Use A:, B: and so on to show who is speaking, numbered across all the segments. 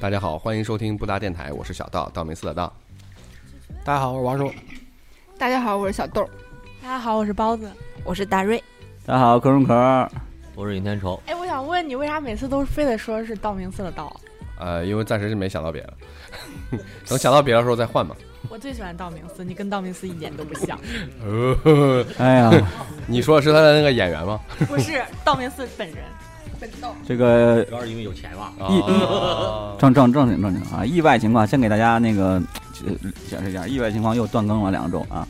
A: 大家好，欢迎收听布达电台，我是小道，道明寺的道。
B: 大家好，我是王叔。
C: 大家好，我是小豆。
D: 大家好，我是包子。
E: 我是大瑞，
F: 大家好，壳中壳儿，
G: 我是尹天仇，
D: 哎，我想问你，为啥每次都非得说是道明寺的道？
A: 呃，因为暂时是没想到别的， 等想到别的时候再换嘛。
D: 我最喜欢道明寺，你跟道明寺一点都不像。
A: 呃，
F: 哎呀，
A: 你说的是他的那个演员吗？
D: 不是道明寺本人，
F: 这个
G: 主要是因为有钱吧。
A: 啊，
F: 正正正经正经啊，意外情况先给大家那个呃解释一下，意外情况又断更了两周啊，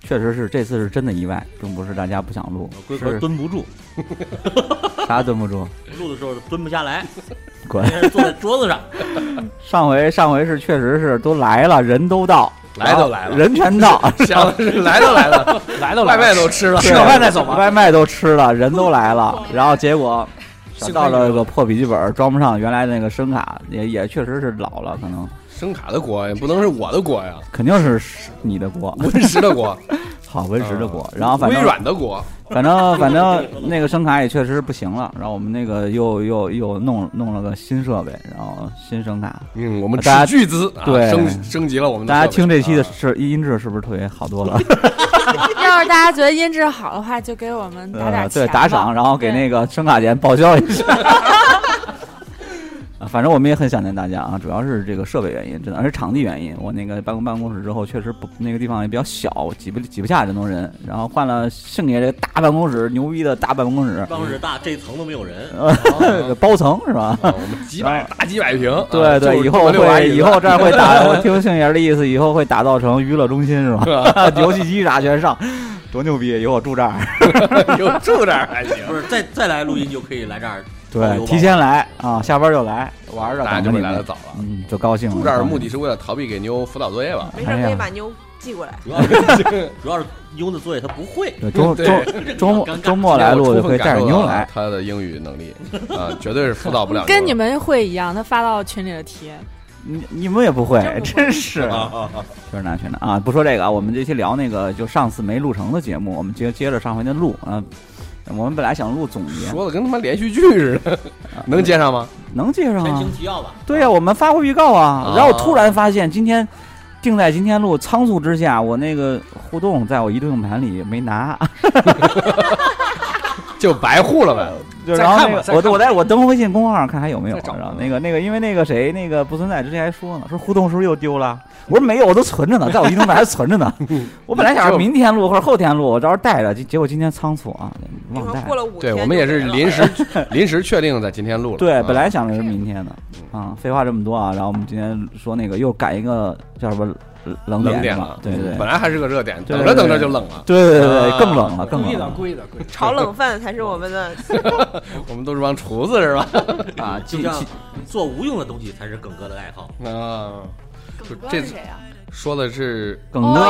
F: 确实是这次是真的意外，并不是大家不想录，
G: 龟壳
F: 是
G: 呃蹲不住，
F: 啥蹲不住。
G: 录的时候蹲不 下来，
F: 滚
G: 因为是坐在 桌子上。
F: 上回上回是确实是都来了，人都到，
A: 来都来了
F: 人全 到，
A: 想的是来都来了，
B: 来 都
A: 外
B: 来
A: 卖
B: 了，
A: 都吃了，
B: 吃个饭再走吧。
F: 外卖都吃了，人都来 了，然后结果
B: 幸亏
F: 到了个破笔记本，装不上原来那个声卡，也也确实是老了，可能
A: 声卡的锅也不能是我的锅呀，
F: 肯定是你的锅，
A: 温石的锅，
F: 好温石的锅，然后
A: 呃
F: 反
A: 微
F: 正
A: 软的锅，
F: 反正反正那个声卡也确实不行了，然后我们那个又又又弄弄了个新设备，然后新声卡。
A: 嗯，我们
F: 大家
A: 斥巨资啊
F: 对
A: 升升级了我们的
F: 大
A: 设备。
F: 家听这期的
A: 啊
F: 是音质是不是特别好多了？
D: 要是大家觉得音质好的话，就给我们 打点
F: 呃，
D: 钱、
F: 对，打赏，。然后给那个声卡钱报销一下。 啊，反正我们也很想念大家啊，主要是这个设备原因，真的，而是场地原因。我那个办公办公室之后，确实不那个地方也比较小，挤不挤不下这么多人。然后换了圣爷这个大办公室，牛逼的大办 公室，
G: 办公室大，这层都没有人。
F: 呃包层是吧？
A: 啊我们几百大几百平，啊
F: 对对，以后会以后这儿会 打，我听杏爷的意思，以后会打造成娱乐中心是吧？ 游戏机啥全上，多牛逼！以后我住 这儿，
A: 就住这儿还行。
G: 不是，再再来录音就可以来这儿。
F: 对，提前来啊，下班就来玩儿着，
A: 大家
F: 赶
A: 就
F: 着
A: 会
F: 你
A: 来的
F: 们，
A: 早了。
F: 嗯，就高兴了。
A: 住这儿的目的是为了逃避给妞辅导作业吧？
E: 没事
F: 哎
E: 儿
F: 呀
E: 可以把妞寄过来。
G: 主 要是主要是妞的作业他不会，
F: 对周周周
G: 尴
F: 末
G: 尬
F: 周末来录
A: 我
F: 就
A: 充
F: 可以
A: 分
F: 带
A: 感
F: 着
A: 受啊
F: 妞
A: 到
F: 来，
A: 他的英语能力啊，绝对是辅导不了妞的。
D: 跟你们会一样，他发到群里的贴，
F: 你你们也不会，
D: 真不会
F: 真是
G: 啊啊！
F: 确实难，确实难啊！不说这个啊，我们这期聊那个就上次没录成的节目，我们接接着上回那录啊。我们本来想录总结，
A: 说的跟他妈连续剧似的，
F: 啊
A: 能接上吗？
F: 能接上
G: 前
F: 啊
G: 情？提要吧，
F: 对呀、我们发过预告啊
A: 啊，
F: 然后突然发现今天定在今天录，仓促之下，我那个互动在我移动硬盘里没拿，
A: 就白护了呗。
F: 就
B: 再
F: 然后
B: 看吧
F: 那个
B: 再
F: 我
B: 看吧
F: 我在我登微信公众号看还有没有
A: 再找，吧
F: 然后那个那个因为那个谁那个不存在之前还说呢，说互动是不是又丢了？我说没有，我都存着呢，在我移动硬盘还存着呢。我本来想着明天录或者后天录，我到时候带着，结结果今天仓促啊，
E: 你
F: 忘带
E: 看
F: 了
E: 过。了五
A: 对
E: 天，
A: 我们也是临时 临时确定在今天录了。
F: 对，
A: 啊
F: 本来想着是明天的啊。废话这么多啊，然后我们今天说那个又赶一个叫什么冷
A: 冷
F: 点
A: 点
F: 是吧
A: 了，
F: 对对
A: 本来还是个热点，
F: 对
A: 等着等着就冷了。
F: 对对对对，
A: 啊
F: 更冷了，更
B: 故意
F: 冷
B: 的，
F: 了
B: 故意的，故意的。
E: 炒冷饭才是我 们的。
A: 我们都是帮厨子是 吧？
F: 啊！
G: 就
F: 既
G: 像
F: 既
G: 做无用的东西才是耿哥的爱好，
A: 啊，就
D: 梗哥
A: 这
D: 是谁啊？
A: 说的是
F: 梗哥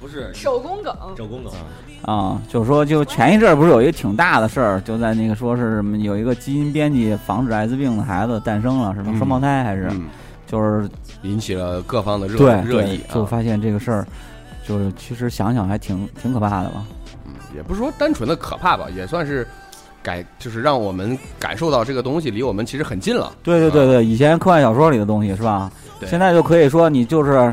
G: 不是
D: 手工梗，
G: 手工梗。
F: 啊，就是说，就前一阵儿不是有一个挺大的事儿，就在那个说是什么有一个基因编辑防止艾滋病的孩子诞生了，是吧？
A: 嗯
F: 双胞胎还是
A: 嗯，
F: 就是
A: 引起了各方的热
F: 对
A: 热
F: 对
A: 议
F: 就
A: 啊，
F: 发现这个事儿，就是其实想想还挺挺可怕的吧？
A: 也不是说单纯的可怕吧，也算是改，就是让我们感受到这个东西离我们其实很近了。
F: 对对对对，啊以前科幻小说里的东西是吧？
A: 对
F: 现在就可以说你就是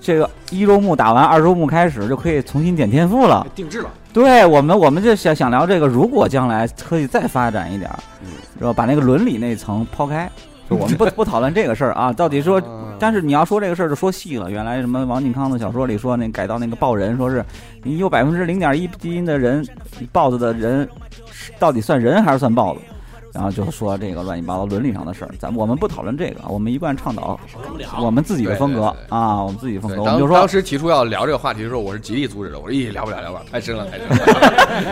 F: 这个一周目打完，二周目开始就可以重新点天赋了。
B: 定制了，
F: 对我们，我们就想想聊这个，如果将来可以再发展一点儿，
A: 嗯
F: 然后把那个伦理那层抛开，就我 们不不讨论这个事儿啊，到底说。但是你要说这个事儿就说细了，原来什么王景康的小说里说那改到那个豹人，说是你有百分之零点一基因的人，豹子的人是到底算人还是算豹子？然后就说这个乱七八糟伦理上的事儿，咱我们不讨论这个，我们一贯倡导
G: 不了
F: 我们自己的风格
A: 对对
F: 啊，我们自己的风
A: 对
F: 格，我
A: 当
F: 们就
A: 当
F: 说
A: 时提出要聊这个话题的时候，我是极力阻止的。我说：“咦，聊不了，聊不了，太深了，太深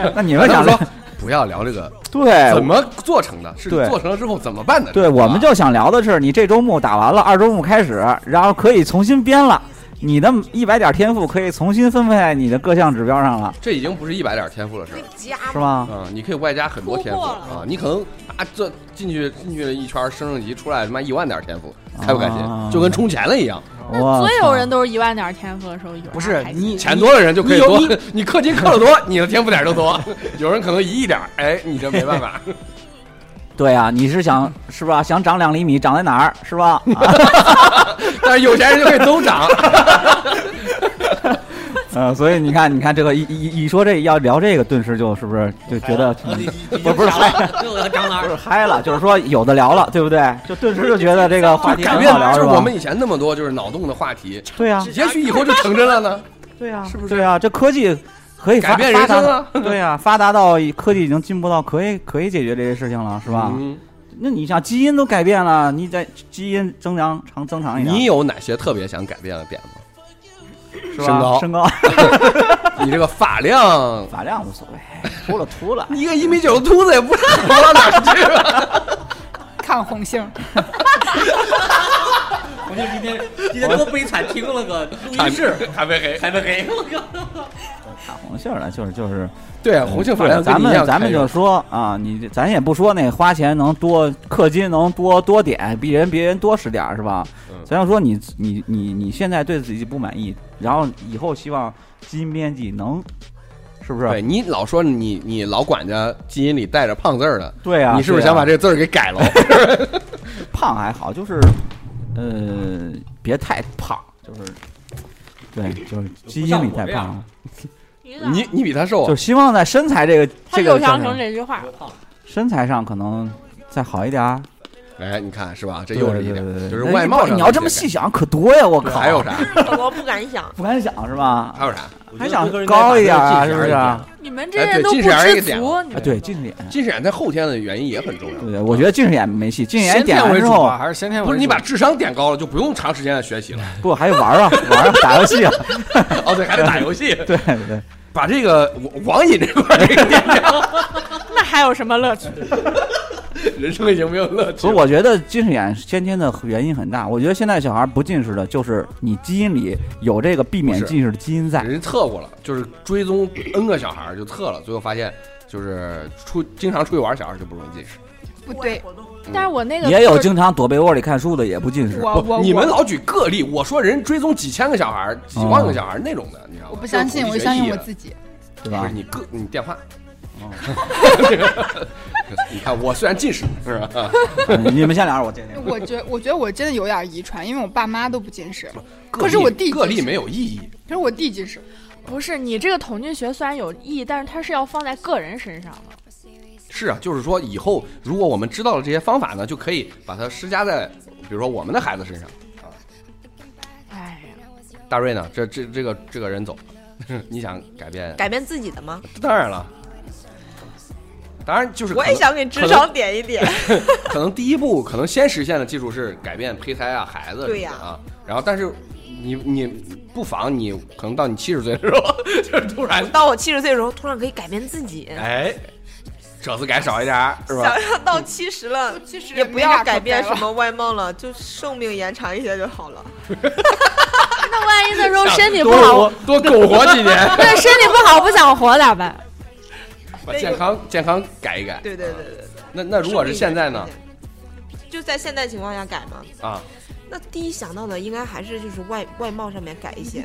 A: 了。
F: 那你”
A: 他们
F: 们想
A: 说：“不要聊这个
F: 对，
A: 怎么做成的，是
F: 对
A: 做成了之后怎么办的。”
F: 对，我们就想聊的是，你这周目打完了，二周目开始，然后可以重新编了，你的一百点天赋可以重新分配在你的各项指标上了，
A: 这已经不是一百点天赋的事儿了。
E: 家
F: 是吗？
A: 嗯，你可以外加很多天赋啊，你可能啊这进去进去了一圈升升级出来他妈一万点天赋，开不开
F: 啊
A: 心？就跟充钱了一样，
D: 那
F: 哇
D: 所有
F: 塞
D: 人都是一万点天赋的时候有啥
B: 不是
D: 开心
B: 你
A: 钱多的人就可以多
B: 你有，
A: 你氪 金氪的多，你的天赋点就多。有人可能一亿点，哎，你这没办法。
F: 对啊，你是想是吧？想长两厘米，长在哪儿是吧？啊
A: 但是有钱人就可以都 长，
F: 嗯，所以你看，你看这个一一一说这要聊这个，顿时就是不是就觉得
G: 啊你你你
F: 不是不是
G: 长了，这我要长哪
F: 就是
G: 儿？
F: 嗨了，就是说有的聊了，对不对？就顿时就觉得这个话题
A: 改
F: 很
A: 变
F: 好聊
A: 就是是
F: 吧？
A: 我们以前那么多就是脑洞的话题，
F: 对啊，
A: 也许以后就成真了呢，
F: 对啊，
A: 是不是
F: 对啊，这科技可以发
A: 改变人生
F: 发达
A: 啊，
F: 对啊，发达到科技已经进步到可以可以解决这些事情了，是吧？
A: 嗯
F: 那你想基因都改变了，你在基因增长长增长一点，
A: 你有哪些特别想改变的点吗？
F: 是吧？
A: 身高
F: 身高
A: 你这个发量，
F: 发量无所谓，秃了秃 了。
A: 你一个一米九的秃子也不知道跑到哪儿去 了。
C: 抗红杏，
G: 我就今天今天多悲惨，提供了个录音室，
A: 咖啡黑，
G: 还没黑，我靠！
F: 大红杏儿了，就是就是，
A: 对，啊红杏发
F: 对
A: 量跟
F: 咱
A: 你一
F: 们
A: 样
F: 咱们
A: 开
F: 就
A: 源
F: 说啊，你这咱也不说那花钱能多氪金能多多点，比人别人多使点儿是吧？
A: 嗯
F: 咱要说你你你你现在对自己不满意，然后以后希望基因面积能，是不是？
A: 对你老说你你老管家基因里带着胖字儿的，
F: 对啊，
A: 你是不是想把这
F: 这
A: 个字儿给改 了？
F: 胖还好，就是呃别太胖，就是对，就是基因里太
G: 不像我这
F: 胖
G: 样
F: 了，
A: 你你比他瘦
F: 就
A: 啊，
F: 是希望在身材这个
D: 他
F: 这个
D: 又
F: 上
D: 想成
F: 面
D: 这句话，
F: 身材上可能再好一点儿。
A: 哎，你看是吧？这
F: 这
A: 又是一点，就是
F: 那
A: 外貌上的
F: 你要这么
A: 一些
F: 细啊想，可多呀！我
A: 改，
F: 靠，
A: 还有啥？
E: 我不敢 想。
F: 不敢想是吧？
A: 还有啥？
F: 还想高一点啊，是不是？啊？
D: 你们这
A: 哎对
D: 人都不
A: 近视眼儿也
D: 知
A: 点
D: 足
A: 了，
D: 你
F: 啊
D: 们
F: 对，近视眼，
A: 近视眼在后天的原因也很重要。
F: 对对，我觉得近视眼没戏，近视眼
B: 先
F: 点
B: 天
F: 完
B: 为
F: 之
B: 主
F: 后
B: 吧，，还是先天为主？
A: 不是你把智商点高了，就不用长时间的学习 了。
F: 不还玩啊玩啊，打游戏啊，
A: 哦，对，还得打游 戏，
F: 对对，
A: 把这个网网瘾这块儿这个点 亮，
D: 那还有什么乐趣？
A: 人生已经没有乐趣
F: 所以
A: 了。
F: 我觉得近视眼先天的原因很大。我觉得现在小孩不近视的，就是你基因里有这个避免
A: 不是
F: 近视的基因在。
A: 人家测过了，就是追踪 N 个小孩儿就测了，最后发现就是出经常出去玩儿小孩儿就不容易近 视。
C: 不对，
D: 但是我那个
F: 也有
D: 就是
F: 经常躲被窝里看书的，也不近视。
C: 我
A: 不
C: 我
A: 哦你们
C: 我
A: 老举个例，我说人追踪几千个小孩儿、几万个小孩儿那种的，你知道吗？
C: 我不相信，我相信
A: 啊
C: 我自己。
F: 对
A: 己不
F: 吧
A: 是？你个你电话
F: 哦。
C: 哦
A: 你看，我虽然近视，是吧？
F: 嗯你们先聊，我听听。
C: 我觉我觉得我真的有点遗传，因为我爸妈都不 近视，
A: 个
C: 可是我
A: 例
C: 弟
A: 个例
C: 近视
A: 没有意义，
C: 可是我弟近视。
D: 不是你这个统计学虽然有意义，但是它是要放在个人身上的。
A: 是啊，就是说以后如果我们知道了这些方法呢，就可以把它施加在，比如说我们的孩子身上。
D: 哎呀，
A: 大瑞呢，这这这个这个人走 了，你想改变？
E: 改变自己的吗？
A: 当然了，当然就是
E: 我
A: 可
E: 也
A: 能，
E: 想给智商点一点。
A: 可能第一步可能先实现的技术是改变胚胎啊、孩子
E: 对呀
A: 什么的啊，然后但是你你不妨你可能到你七十岁的时候， 就是突然
E: 到我七十岁的时候，突然可以改变自己。
A: 哎，褶子改少一点儿是吧
E: 想？要到七十了，
C: 其实
E: 也不要改变什么外貌了，就寿命延长一些就好了。
D: 那万一那时候身体不
A: 多
D: 好，
A: 多苟活几 年，
D: 对身体不好不想活咋办？
A: 把健康健康改一改。
E: 对对对对
A: 那那
E: 对。
A: 如果是现在呢
E: 寿？命延长一些？就在现在情况下改吗？
A: 啊，
E: 那第一想到的应该还是就是外外貌上面改一 些。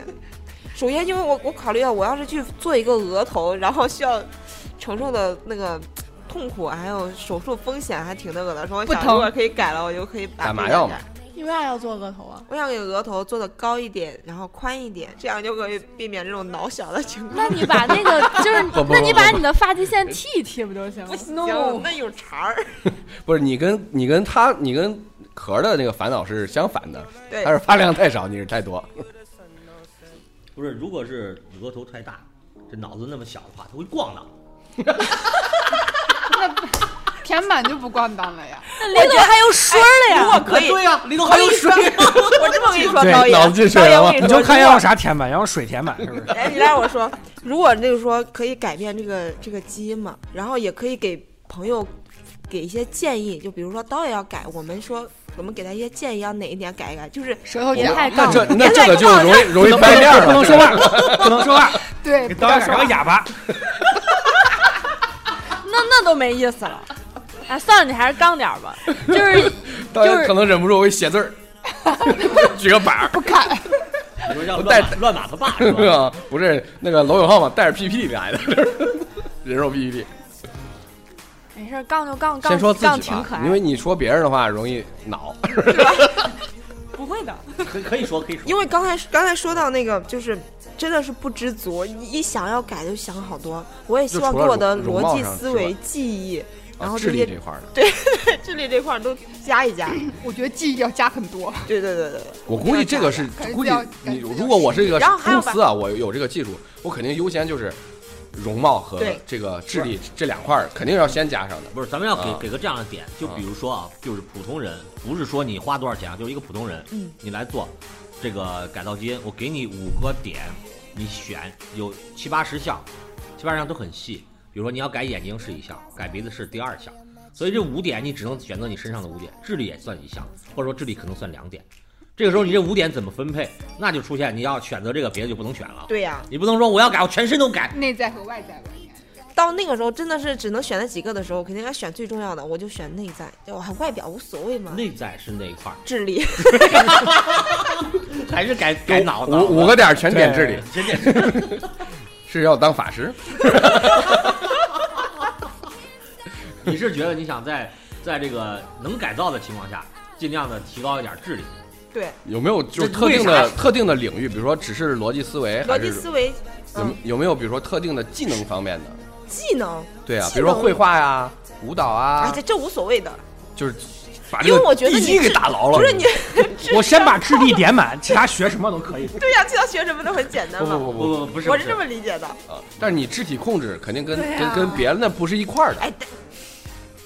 E: 首先，因为我我考虑到我要是去做一个额头，然后需要承受的那个痛苦，还有手术风险还挺那个的。说我
C: 不
E: 想
C: 疼
E: 如果可以改了，我就可以把
A: 打麻
E: 这个
A: 药嘛
E: 改
D: 你为啥要做额头啊？
E: 我想给额头做的高一点，然后宽一点，这样就可以避免这种挠小的情况。
D: 那你把那个就是
A: 不不，不
D: 那你把你的发际线剃一剃不就行
E: 不
D: 了？
E: 行，那有茬儿。
A: 不是你跟你跟他你跟壳的那个烦恼是相反的，
E: 对
A: 他，是发量太少，你是太多。
G: 不是，如果是额头太大，这脑子那么小的话，它会逛的。
C: 填满就不逛当了呀。
D: 那离头还有水儿了
E: 如
D: 呀！
E: 果可以，
G: 对呀、哎里头
E: 我跟你说， 我这么跟你说，
B: 对
E: 导演，
A: 脑子进水
E: 导演
A: 了
E: 我
A: 吗
E: 跟
B: 你
E: 说
B: 就看
E: 如果
B: 要用啥填满，要用水填满，是不是？
E: 哎，你让我说，如果就是说可以改变这个这个基因嘛，然后也可以给朋友给一些建议，就比如说导演要改，我们说我们给他一些建议，要哪一点改一改，就是
C: 舌头
D: 别
C: 尖，
D: 太
A: 那
D: 杠
A: 这
D: 了，
A: 那这个就容易容易掰面
B: 不
A: 了。
B: 能说话，不能说话，
C: 对
B: 给，导演改个哑巴。
D: 那那都没意思了。哎，算了，你还是杠点儿吧。就是
A: 当
D: 就
A: 然
D: 是
A: 可能忍不住会写字儿，举个板儿。
C: 不看，
G: 你说叫
A: 我带
G: 乱码乱码他爸 是吧？
A: 啊不是那个罗永浩嘛，带着 PPT 来的，人肉 PPT。
D: 没事事儿，杠就杠，杠
A: 先说自
D: 杠
A: 己
D: 挺可
A: 吧，
D: 爱。
A: 因为你说别人的话容易恼。
E: 不会的，
G: 可以可以说可以说，
E: 因为刚才刚才说到那个，就是真的是不知足，你一想要改就想好多。我也希望
A: 就
E: 给
A: 除了
E: 我的
A: 容
E: 逻
A: 貌
E: 辑
A: 上之
E: 思维
A: 外、
E: 记忆，然
A: 啊
E: 后
A: 智
E: 些
A: 力这块儿的，
E: 智力这块儿都加一加。
C: 我觉得记忆要加很多。
E: 对对对对对。
A: 我估计这个是
C: 可能
A: 估计
C: 比较
A: 你，
C: 感觉比较
A: 如果我是一个
E: 然后还有
A: 公
E: 吧
A: 司啊，我有这个技术，我肯定优先就是容貌和
E: 对
A: 这个智力这两块儿肯定要先加上的。
G: 不是，咱们要给、
A: 啊
G: 给个这样的点，就比如说啊，就是普通人，不是说你花多少钱啊，就是一个普通人，
E: 嗯
G: 你来做这个改造基因，我给你五个点，你选有七八十项，七八十项都很细，比如说你要改眼睛是一项，改鼻子是第二项，所以这五点你只能选择你身上的五点，智力也算一项，或者说智力可能算两点，这个时候你这五点怎么分配，那就出现你要选择这个，别的就不能选了。
E: 对呀、
G: 你不能说我要改，我全身都改，
C: 内在和外在吧，应该
E: 到那个时候真的是只能选那几个的时候，肯定该选最重要的，我就选内在，我还外表无所谓嘛。
G: 内在是那一块儿，
E: 智力，
G: 还是改改脑子？
A: 五五个点儿全点智
B: 对
A: 力，
G: 真的是。
A: 是要当法师。
G: 你是觉得你想在在这个能改造的情况下，尽量的提高一点智力？
E: 对，
A: 有没有就是
G: 这
A: 特定
G: 为
A: 的
G: 啥
A: 特定的领域，比如说只是逻辑思维，
E: 逻
A: 还
E: 辑
A: 是
E: 思维，
A: 有
E: 嗯，
A: 有没有比如说特定的技能方面的？
E: 技能，
A: 对啊，
E: 技
A: 比如说
E: 能
A: 绘画呀、舞蹈
E: 哎，
A: 啊
E: 这，这无所谓的，
A: 就是把
E: 因为我觉得
A: 地
E: 你
A: 基给
E: 智
A: 打牢了。
E: 不是你，
B: 我先把智力点满，其他学什么都可以。
E: 对呀、这道啊学什么都很简单
A: 不
E: 嘛。
A: 不不
G: 不不不是，
E: 我
G: 不
E: 是这么理解的，
A: 啊！但是你肢体控制肯定跟、
C: 对啊
A: 跟跟别人那不是一块儿的，
E: 哎，但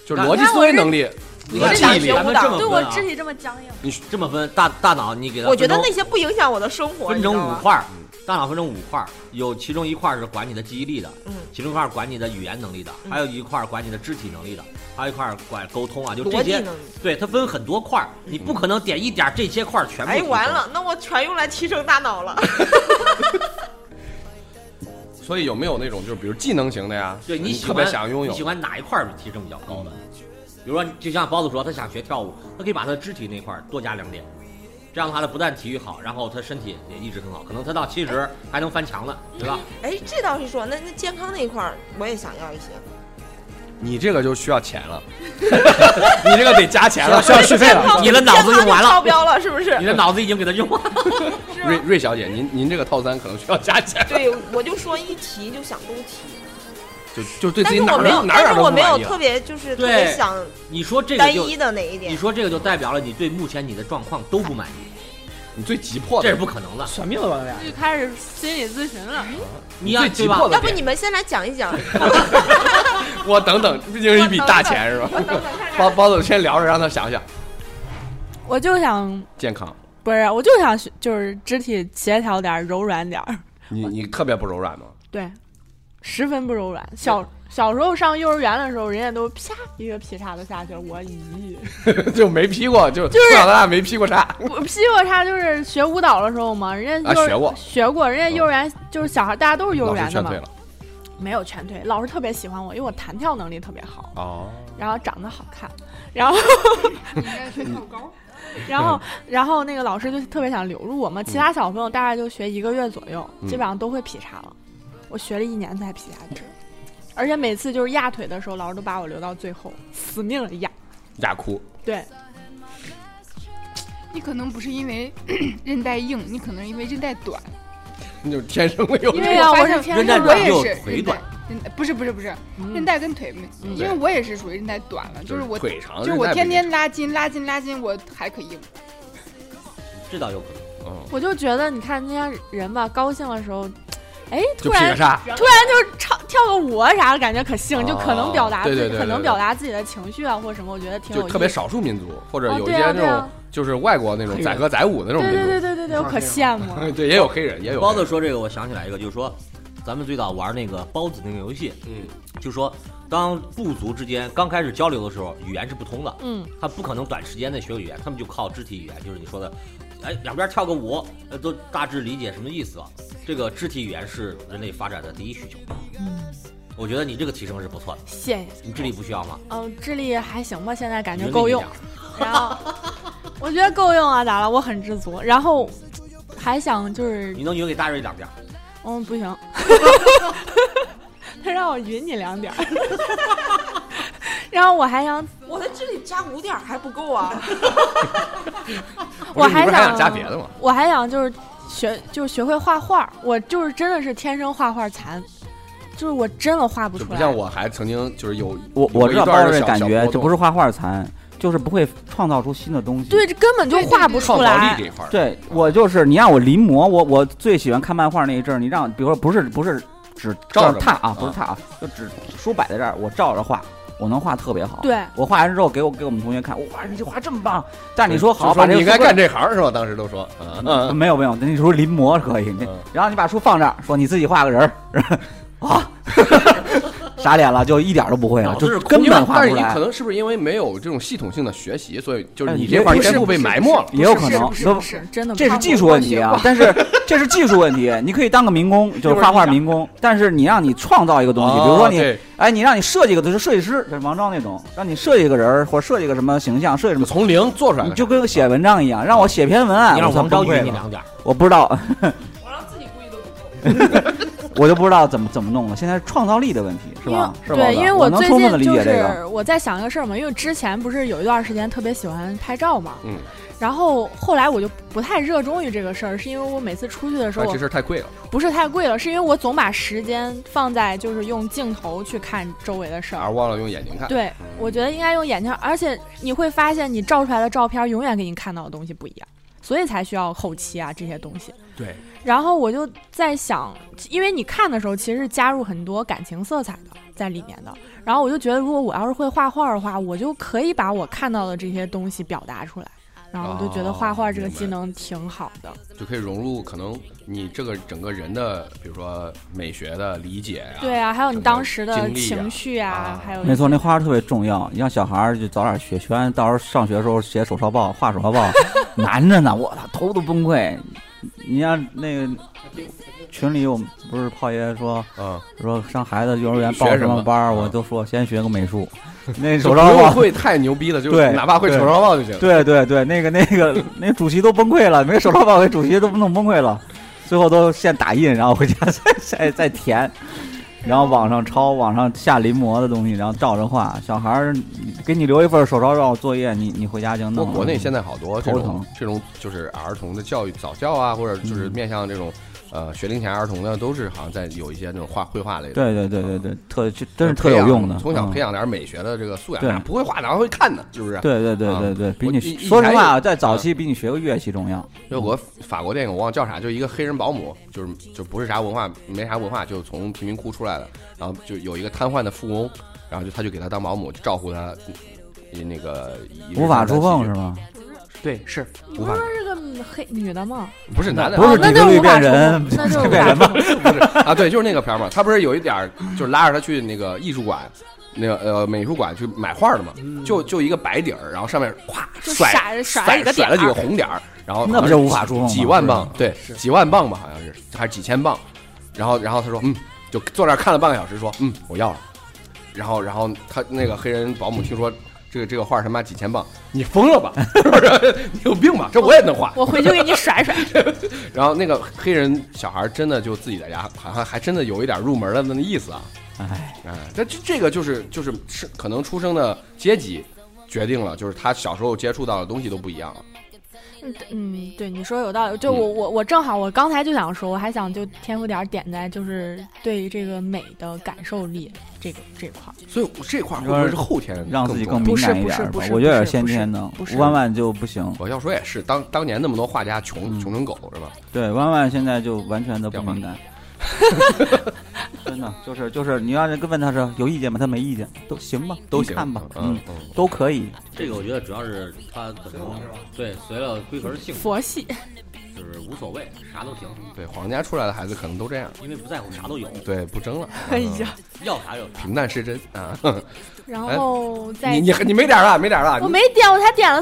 A: 就是逻辑思维能力。
G: 你
A: 和
G: 看
E: 我是
A: 记
E: 想
A: 忆力
E: 学，
G: 咱们这么
D: 对
G: 分
D: 我
G: 啊
D: 肢，体这么僵硬，
G: 你这么分大大脑，你给它
E: 我觉得
G: 分成
E: 那些不影响我的生活，
G: 分
E: 你知
G: 成
E: 道嗯
G: 五
E: 吗？
G: 块儿，大脑分成五块儿，有其中一块儿是管你的记忆力的，
E: 嗯
G: 其中一块儿管你的语言能力的，
E: 嗯
G: 还有一块儿管你的肢体能力的，还有一块儿管沟通啊，就
E: 逻
G: 这
E: 辑
G: 些。
E: 能力。
G: 对，它分很多块儿，你不可能点一点儿这些块儿全部。
E: 哎，完。了，那我全用来提升大脑 了。
A: 所以有没有那种就是比如技能型的呀？
G: 对
A: 你
G: 喜
A: 特
G: 欢
A: 别想拥有嗯
G: 你喜欢哪一块儿提升比较高的？比如说，就像包子说，他想学跳舞，他可以把他的肢体那块儿多加两点，这样的话他不但体育好，然后他身体也一直很好，可能他到七十还能翻墙呢，对吧？
E: 哎，这倒是说，那那健康那一块儿我也想要一些。
A: 你这个就需要钱了， 你这个得加钱 了。
B: 需
E: 啊
B: 要续费了
E: 健康
G: 你的脑子用完了
E: 哦健康就超标了是不是
G: 你？的脑子已经给他用完了。
E: 是啊
A: 瑞
E: 吗？
A: 瑞小姐，您您这个套餐可能需要加钱，
E: 对，我就说一提就想都提，
A: 就就对自
E: 但
A: 己
E: 是
A: 哪
E: 我
A: 儿
E: 没有，
A: 哪儿哪
E: 但
A: 儿
E: 是
A: 都
E: 我
A: 不
E: 没有
A: 满意了啊
E: 特别就是特
G: 对
E: 别想
G: 你说这个
E: 单
G: 就
E: 一，的哪一
G: 你
E: 点。
G: 说这个就代表了你对目前你的状况都不满意，
A: 你最急迫
G: 这
A: 的
G: 是不可能的。
B: 算命的吧，那俩
D: 就开始心理咨询 了。
G: 你要
A: 最急
G: 对吧
A: 迫？的
E: 要不
A: 点
E: 你们先来讲一讲，
A: 我等等，毕竟是一笔大钱是吧？ 包包总先聊着，让他想想
D: 我就想，
A: 健康。
D: 不是，我就想学就是肢体协调点儿，柔软点儿。
A: 你你特别不柔软吗？
D: 对，十分不柔软。小小时候上幼儿园的时候，人家都啪一个劈叉就下去了，我咦，
A: 就没劈过，就
D: 就是
A: 从小到大没劈过叉。
D: 我劈过叉就是学舞蹈的时候嘛，人家
A: 啊
D: 幼儿
A: 学过嗯
D: 学过，人家幼儿园就是小孩，大家都是幼儿
A: 老
D: 园
A: 师劝
D: 的嘛
A: 退，了。
D: 没有全退，老师特别喜欢我，因为我弹跳能力特别好，
A: 哦，
D: 然后长得好看，然后
C: 应该是跳高。
D: 然
A: 嗯
D: 后然后那个老师就特别想留住我嘛，其他小朋友大概就学一个月左右，
A: 嗯
D: 基本上都会劈叉了，我学了一年才劈下去。而且每次就是压腿的时候，老师都把我留到最后，死命的压。
A: 压哭。
D: 对，
C: 你可能不是因为 韧带硬，你可能是因为韧带短。
A: 你就天生没有
D: 因为啊，
C: 我发
D: 我
C: 现
D: 是天
G: 韧带
D: 生
C: 我
D: 的，
G: 短
C: 也
G: 就是腿
C: 韧带
G: 短，
C: 韧带不是不是不是，韧
D: 嗯
C: 带跟腿没，
A: 嗯
C: 因为我也是属于韧带短了，就是我
A: 腿长，
C: 就是
A: 韧
C: 我
A: 带
C: 天
A: 不
C: 天拉筋拉筋拉筋，我还可以硬。
G: 这倒有可能。
A: 行嗯，
D: 我就觉得你看那些人吧，高兴的时候，哎，
A: 就
D: 突
A: 劈
D: 然
A: 个叉。
D: 突然就是唱跳个舞啊啥的，感觉可兴，就可能表达
A: 哦
D: 自
A: 对对
D: 己
A: 对对
D: 可能
A: 对
D: 表达自己的情绪啊或者什么，我觉得挺有
A: 就
D: 意思。
A: 特别少数民族，或者
D: 哦
A: 有一
D: 对
A: 些
D: 啊
A: 那
D: 对啊
A: 种就是外国那种
B: 黑人
A: 载歌载舞的那种
D: 对
A: 民
D: 对对
A: 族，
D: 对对对，我可羡慕 了。
A: 嗯对，也有黑人，也有
G: 包子说这个，我想起来一个，就是说，咱们最早玩那个包子那个游戏，
A: 黑人，
G: 就说当部族之间刚开始交流的时候，语言是不通的，
D: 嗯，
G: 他不可能短时间内学会语言，他们就靠肢体语言，就是你说的，哎，两边跳个舞，呃，都大致理解什么意思了。这个肢体语言是人类发展的第一需求。我觉得你这个提升是不错的，
D: 谢谢。
G: 你智力不需要吗？
D: 嗯、智力还行吧，现在感
G: 你
D: 觉
G: 就
D: 够
G: 那一
D: 用
G: 点。儿
D: 然后我觉得够用啊，咋了？我很知足。然后还想就是
G: 你能匀给大瑞两 点儿，
D: 嗯，不 行，他让我匀你两点儿。 然后我还想，
E: 我的智力加五点儿还不够 啊！
A: 不是你不是
D: 还
A: 还
D: 想
A: 想加别的吗？
D: 我还想就是学，就是学会画画。我就是真的是天生画画残，就是我真的画不
A: 就
D: 出
A: 不
D: 来。
A: 像我还曾经就是有
F: 我我知道
A: 包
F: 包这感觉，这不
A: 是
F: 是画画残，就是不会创造出新的东西。
D: 对，这根本就画不
A: 创
D: 出
A: 造力
D: 来
A: 这。一块儿。
F: 对我就是你让我临摹，我我最喜欢看漫画那一阵儿，你让比如说不是不是只
A: 照着
F: 踏
A: 嘛
F: 啊，不是
A: 啊
F: 踏啊，就只书摆在这儿，我照着画，我能画特别好。，
D: 对，
F: 我画完之后给我给我们同学看，哇，你这画这么棒！但是你说好，
A: 就
F: 把
A: 说
F: 这
A: 你
F: 个
A: 应该
F: 书柜
A: 干这行是吧？当时都说，嗯
F: 嗯，没有没有，那时候临摹可以。那
A: 嗯
F: 然后你把书放这儿，说你自己画个人儿， 啊，傻脸了，就一点儿都不会了，
G: 脑子
F: 就是根
A: 因为
F: 本画
A: 但
F: 不
A: 是
F: 出
A: 你可
F: 来。
A: 能是不是因为没有这种系统性的学习，所以就是
F: 哎
A: 你
F: 你
A: 这
F: 别
A: 块儿
F: 不是
A: 天赋被埋没了。
F: 也有可
C: 不是
F: 能
C: 不，是
F: 都
C: 不是
D: 真的
F: 这是
D: 看
F: 技术问题啊，但是这是技术问题。你可以当个 民工，就是画画民工，但是你让你创造一个东西，比如说你，
A: 哦对
F: 哎，你让你设计一个，就是设计师，就是王钊那种，让你设计一个人儿或者设计一个什么形象，设计
A: 就
F: 什么，
A: 从零做出来
F: 你
A: 的，
F: 就跟写文章一样，让我写篇文案，
G: 你让
F: 我操
G: 王昭
F: 崩溃
G: 宇你
F: 了
G: 两点儿，
F: 我不知道，
E: 我让自己估计都不够。
F: 我就不知道怎么怎么弄了。现在是创造力的问题，是
D: 因为
F: 吧？是吧？
D: 对，因为
F: 我能
D: 最
F: 充分的
D: 近
F: 理
D: 就
F: 解这个。
D: 是我在想一个事儿嘛，因为之前不是有一段时间特别喜欢拍照嘛，
A: 嗯，
D: 然后后来我就不太热衷于这个事儿，是因为我每次出去的时候
F: 啊
A: 但这
D: 我
A: 事儿太贵了
D: 不是太贵了，是因为我总把时间放在就是用镜头去看周围的事
A: 啊，
D: 儿。
A: 忘了用眼睛看。
D: 对，我觉得应该用眼睛，而且你会发现你照出来的照片永远跟你看到的东西不一样，所以才需要后期啊这些东西。
G: 对。
D: 然后我就在想，因为你看的时候其实是加入很多感情色彩的在里面的。然后我就觉得，如果我要是会画画的话，我就可以把我看到的这些东西表达出来。然后我就觉得画画这个
A: 哦明白啊
D: 技能挺好的。
A: 就可以融入可能你这个整个人的，比如说美学的理解啊，
D: 对啊，还有你
A: 整个
D: 当时的
A: 经历啊
D: 情绪
A: 啊
D: 还有
F: 没错，那画画特别重要，你让小孩儿就早点学，学完到时候上学的时候写手抄报、画手抄报， 难着呢，我操，头都崩溃。你像那个群里有不是炮爷说
A: 嗯，
F: 说上孩子幼儿园
A: 学
F: 报
A: 什么
F: 么班儿，
A: 嗯
F: 我都说先学个美 术，那
A: 就
F: 手
A: 不
F: 抄
A: 用
F: 报。
A: 会太牛逼了，就
F: 对
A: 哪怕会
F: 对
A: 手抄报就行。
F: 对对对，那个那个那主席都崩溃了，没手抄报给主席都弄崩溃了，最后都现打印，然后回家 再再再填，然后网上抄，网上下临摹的东西，然后照着画。小孩儿给你留一份手抄报作业，你你回家就
A: 不
F: 弄
A: 过
F: 了。
A: 国内现在好多这
F: 头
A: 种
F: 疼
A: 这种就是儿童的教育早教啊，或者就是
F: 嗯
A: 面向这种呃学龄前儿童的，都是好像在有一些那种画绘画类的。
F: 对对对对对，特这真是
A: 培
F: 特有
A: 养
F: 用的，嗯
A: 从小培
F: 养。
A: 养点美学的这个素养，啊
F: 对
A: 哪不会画哪会看呢？是不是？
F: 对对对
A: 啊
F: 对对，比
A: 我
F: 你
A: 以以
F: 说实
A: 前
F: 话
A: 有
F: 啊，在早期比你学个乐器重要。
A: 有个法国电影我忘了叫啥，就一个黑人保姆，就是就不是啥文化，没啥文化，就从贫民窟出来的，然后就有一个瘫痪的富翁，然后就他就给他当保姆，就照顾他，嗯那个
F: 无法触碰是？吗？
B: 对，是
D: 你
A: 无
D: 不
A: 法
D: 是说是个黑女的吗？
A: 不是男的，
F: 不是
D: 哦那
F: 女
D: 就
F: 的
D: 是
F: 绿
D: 无法
F: 变
D: 触
F: 人
D: 摸那就是
F: 变
D: 无
F: 人
D: 法触摸。
A: 不是啊，对，就是那个片儿嘛，他不是有一点儿就是拉着他去那个艺术馆。那个呃，美术馆去买画的嘛，
F: 嗯
A: 就就一个白底儿，然后上面咵
D: 就
A: 甩
D: 甩了甩了
A: 甩
D: 几个
A: 甩
D: 点
A: 了几个
D: 儿
A: 红点儿，然后
F: 那不
A: 是
F: 就无法触碰吗
A: 几万磅，对，
B: 是
A: 几万磅吧，好像是还是几千磅。然后然后他说嗯，就坐那儿看了半个小时，说嗯，我要了。然后然后他那个黑人保姆听说这个这个画他妈几千磅，你疯了吧？ 你有病吧？这我也能画。
D: 我回去给你甩甩。
A: 然后那个黑人小孩真的就自己在家，好像还真的有一点入门了的那意思啊。
F: 哎，
A: 哎，这这这个就是就是是可能出生的阶级决定了，就是他小时候接触到的东西都不一样了。
D: 嗯嗯，对，你说有道理。就
A: 嗯
D: 我我我正好，我刚才就想说，我还想就添副点儿点在就是对于这个美的感受力这个这块儿。
A: 所以这块儿会不会是后天
F: 让自己
A: 重要
F: 更敏
D: 不是
F: 感一
D: 不
F: 点
D: 是
F: 儿
D: 不
F: 吧
D: 是，
F: 我
D: 不
F: 觉得有点
D: 是
F: 先
D: 不是
F: 天的
D: 不，是
F: 万万就不行。
A: 我要说也是，当当年那么多画家穷
F: 嗯
A: 穷成狗是吧？
F: 对，弯弯现在就完全的不敏感， 真的就是就是，你让人跟问他是有意见吗？他没意见，都行吧，
A: 都
F: 你
A: 行
F: 看吧，
A: 嗯
F: 嗯，，
A: 嗯
F: 都可以。
G: 这个我觉得主要是他可能对随了龟壳的性格，
D: 佛系，
G: 就是无所谓，啥都行，
A: 对，皇家出来的孩子可能都这样，
G: 因为不在乎啥都有，哦
A: 对，不争了，
D: 哎呀，
G: 要啥有啥。
A: 平淡是真啊。
D: 然后再
A: 你你你没点儿了，没点儿了，
D: 我没点，我才点了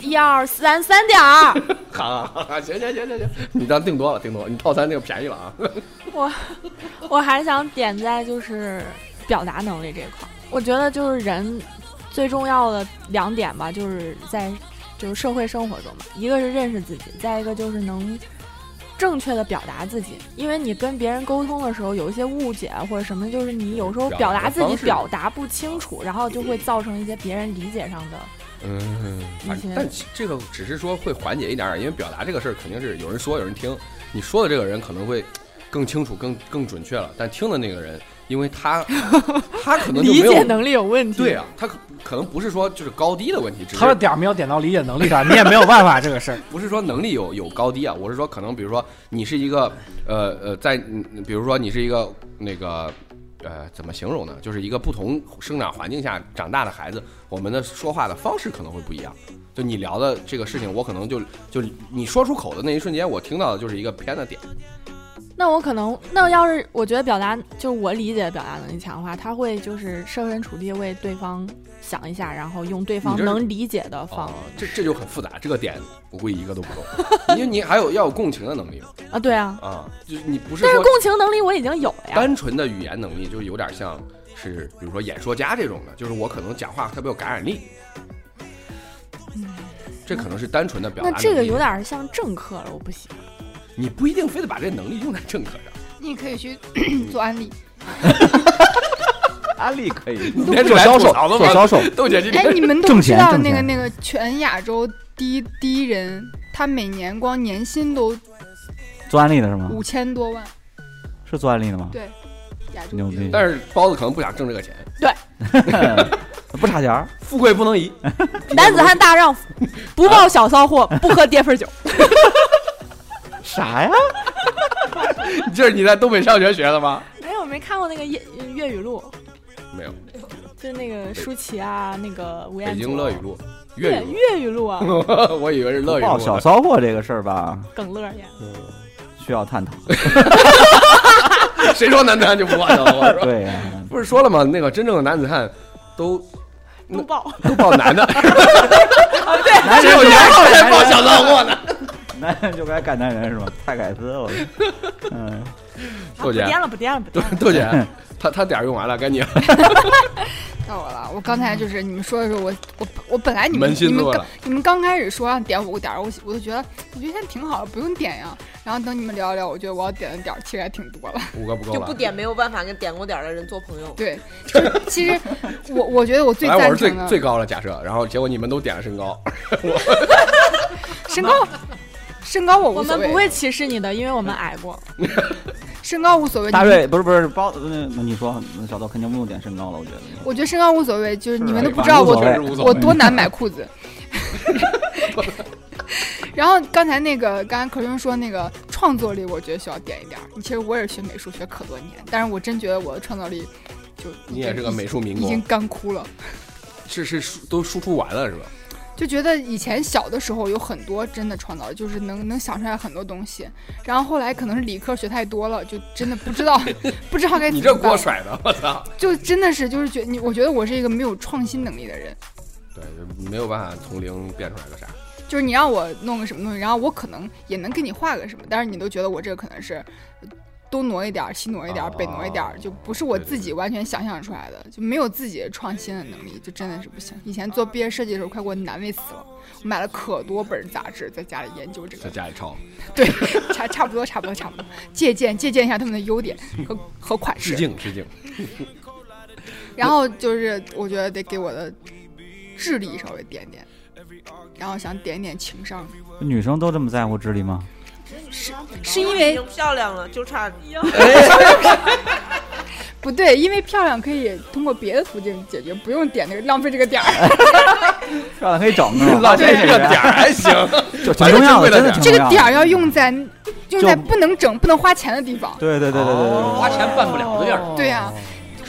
D: 一二三三点儿。
A: 好，行行行行行，你当定多了，定多了，你套餐那个便宜了啊。
D: 我还想点在就是表达能力这一块儿，我觉得就是人最重要的两点吧，就是在就是社会生活中嘛，一个是认识自己，再一个就是能正确的表达自己，因为你跟别人沟通的时候有一些误解啊或者什么，就是你有时候
A: 表
D: 表
A: 达
D: 达自
A: 方
D: 己
A: 式
D: 表达不清楚，然后就会造成一些别人理解上的。
A: 嗯，反正
D: 以前
A: 但其这个只是说会缓解一点点，因为表达这个事儿肯定是有人说有人听，你说的这个人可能会更清楚、更更准确了，但听的那个人，因为 他他可能就没
D: 理解
A: 有
D: 能力有问题。
A: 对啊，他可可能不是说就是高低的问题，只
B: 他的
A: 是
B: 点儿没有点到理解能力上，你也没有办法这个事儿。
A: 不是说能力有有高低啊，我是说可能比如说你是一个呃呃，在嗯比如说你是一个那个呃怎么形容呢？就是一个不同生长环境下长大的孩子，我们的说话的方式可能会不一样。就你聊的这个事情，我可能就就你说出口的那一瞬间，我听到的就是一个偏的点。
D: 那我可能，那要是我觉得表达，就是我理解的表达能力强的话，他会就是设身处地为对方想一下，然后用对
A: 你
D: 方
A: 这是
D: 能理解的方
A: 哦，这这就很复杂，这个点我估计一个都不懂，因为你还有要有共情的能力
D: 啊，对啊。
A: 啊，就是你不是
D: 但是
A: 说
D: 共情能力我已经有了呀，
A: 单纯的语言能力，就是有点像是比如说演说家这种的，就是我可能讲话特别有感染力。这可能是单纯的表达
D: 那
A: 能力。
D: 这个有，点像政客了，我不喜欢。
A: 你不一定非得把这能力用在政客上。
C: 你可以去做安利。
F: 安利可以
A: 你连
F: 做销售，做销售，
A: 豆姐今
C: 哎，
A: 天
C: 你们都
F: 挣
C: 知
F: 钱
C: 道
F: 挣
C: 那个
F: 钱
C: 那个全亚洲第一第一人，他每年光年薪都
F: 做安利的是吗？
C: 五千多万，
F: 是做安利的吗？
C: 对，亚洲
F: 牛逼，
A: 但是包子可能不想挣这个钱，
F: 不差钱儿。
A: 富贵不能移。
D: 男子汉大丈夫，不抱 小骚货，
A: 啊
D: 不喝跌份酒。
F: 啥呀？
A: 这是你在东北上学学的吗？
D: 没哎有，没看过那个粤粤语录，
A: 没有，
D: 就是那个舒淇啊，那个吴彦
A: 北
D: 祖。
A: 京乐语录，
D: 对
A: 粤语
D: 粤语录啊，
A: 录， 我以为是乐语
F: 报
A: 录
F: 小
A: 呢。
F: 骚货这个事儿吧，
D: 耿乐演。
F: 需要探讨。
A: 谁说男子汉就不换呢？ 我说
F: 对 呀，
A: 不是说了吗？那个真正的男子汉都 那
D: 都抱，
A: 都抱男 的，
F: 男
A: 只有
F: 就
A: 杨浩
F: 该
A: 才抱
F: 干男人，
A: 小骚货呢。
F: 男人就该干男人是吗？蔡凯斯，我，嗯，
A: 豆姐
D: 啊不颠了，不颠了，不
A: 豆
D: 颠了。
A: 豆姐，他他点儿用完了，该你了。
C: 到我了。我刚才就是你们说的时候，我我我本来你
A: 扪
C: 们
A: 心
C: 你
A: 自
C: 们
A: 问
C: 刚
A: 了
C: 你们刚开始说让点五个点儿，我我就觉得我觉得现在挺好的，不用点呀。然后等你们聊一聊，我觉得我要点的点儿其实还挺多了。
A: 五个不够
E: 就
A: 了，
E: 不点没有办法跟点过点儿的人做朋友。
C: 对，就是其实我我觉得我最
A: 本来我
C: 赞
A: 是
C: 成
A: 最
C: 的
A: 最高了假设，然后结果你们都点了身高，
C: 身高，身高我
D: 我
C: 无所
D: 们
C: 谓，
D: 不会歧视你的，因为我 们矮过。
C: 身高无所谓。
F: 大
C: 你们
F: 瑞不是不是包，嗯，你说小豆肯定不用点身高了，我觉得。
C: 我觉得身高无所谓，就是
A: 是
C: 你们
A: 吧
C: 都不知道
A: 反正
C: 我
A: 无所谓确实无所
C: 我
A: 谓
C: 多难买裤子。 然后刚才那个，刚才可生说那个创作力，我觉得需要点一点儿。其实我也是学美术学可多年，但是我真觉得我的创造力就
A: 你也是个美术民
C: 已经
A: 工，
C: 干枯了。
A: 是是输都输出完了是吧？
C: 就觉得以前小的时候有很多真的创造力，就是能能想出来很多东西。然后后来可能是理科学太多了，就真的不 知道不知道该怎
A: 你
C: 么
A: 这
C: 办。
A: 锅甩的，我操！
C: 就真的是就是觉你，我觉得我是一个没有创新能力的人。
A: 对，就没有办法从零变出来个啥。
C: 就是你让我弄个什么东西，然后我可能也能给你画个什么，但是你都觉得我这个可能是东挪一点儿，西挪一点儿，北挪一点儿，就不是我自
A: 哦
C: 己完全想象出来的，就没有自己的创新的能力，就真的是不行。以前做毕业设计的时候，快给我难为死了，我买了可多本杂志，在家里研究这
A: 在
C: 个，
A: 家里抄，
C: 对，差差不多，差不多，差不多，借鉴借鉴一下他们的优点
F: 嗯
C: 和和款
A: 致
C: 式。
A: 敬致敬。
C: 然后就是我觉得得给我的智力稍微点点，然后想点点情商。
F: 女生都这么在乎智力吗？
D: 是因
E: 已
D: 为
E: 经漂亮了，就差
C: 不对，因为漂亮可以通过别的途径解决，不用点那个浪费这个点儿。
F: 哎漂亮可以整是吧
A: 浪费这个点儿还行，
F: 就挺重要的，真的挺
C: 这
F: 重
C: 个
F: 要的。嗯
C: 点儿要用在用在不能整、不能花钱的地方。
F: 对对对对对对
G: 花钱办不了的地
F: 哦
G: 儿。
C: 对呀、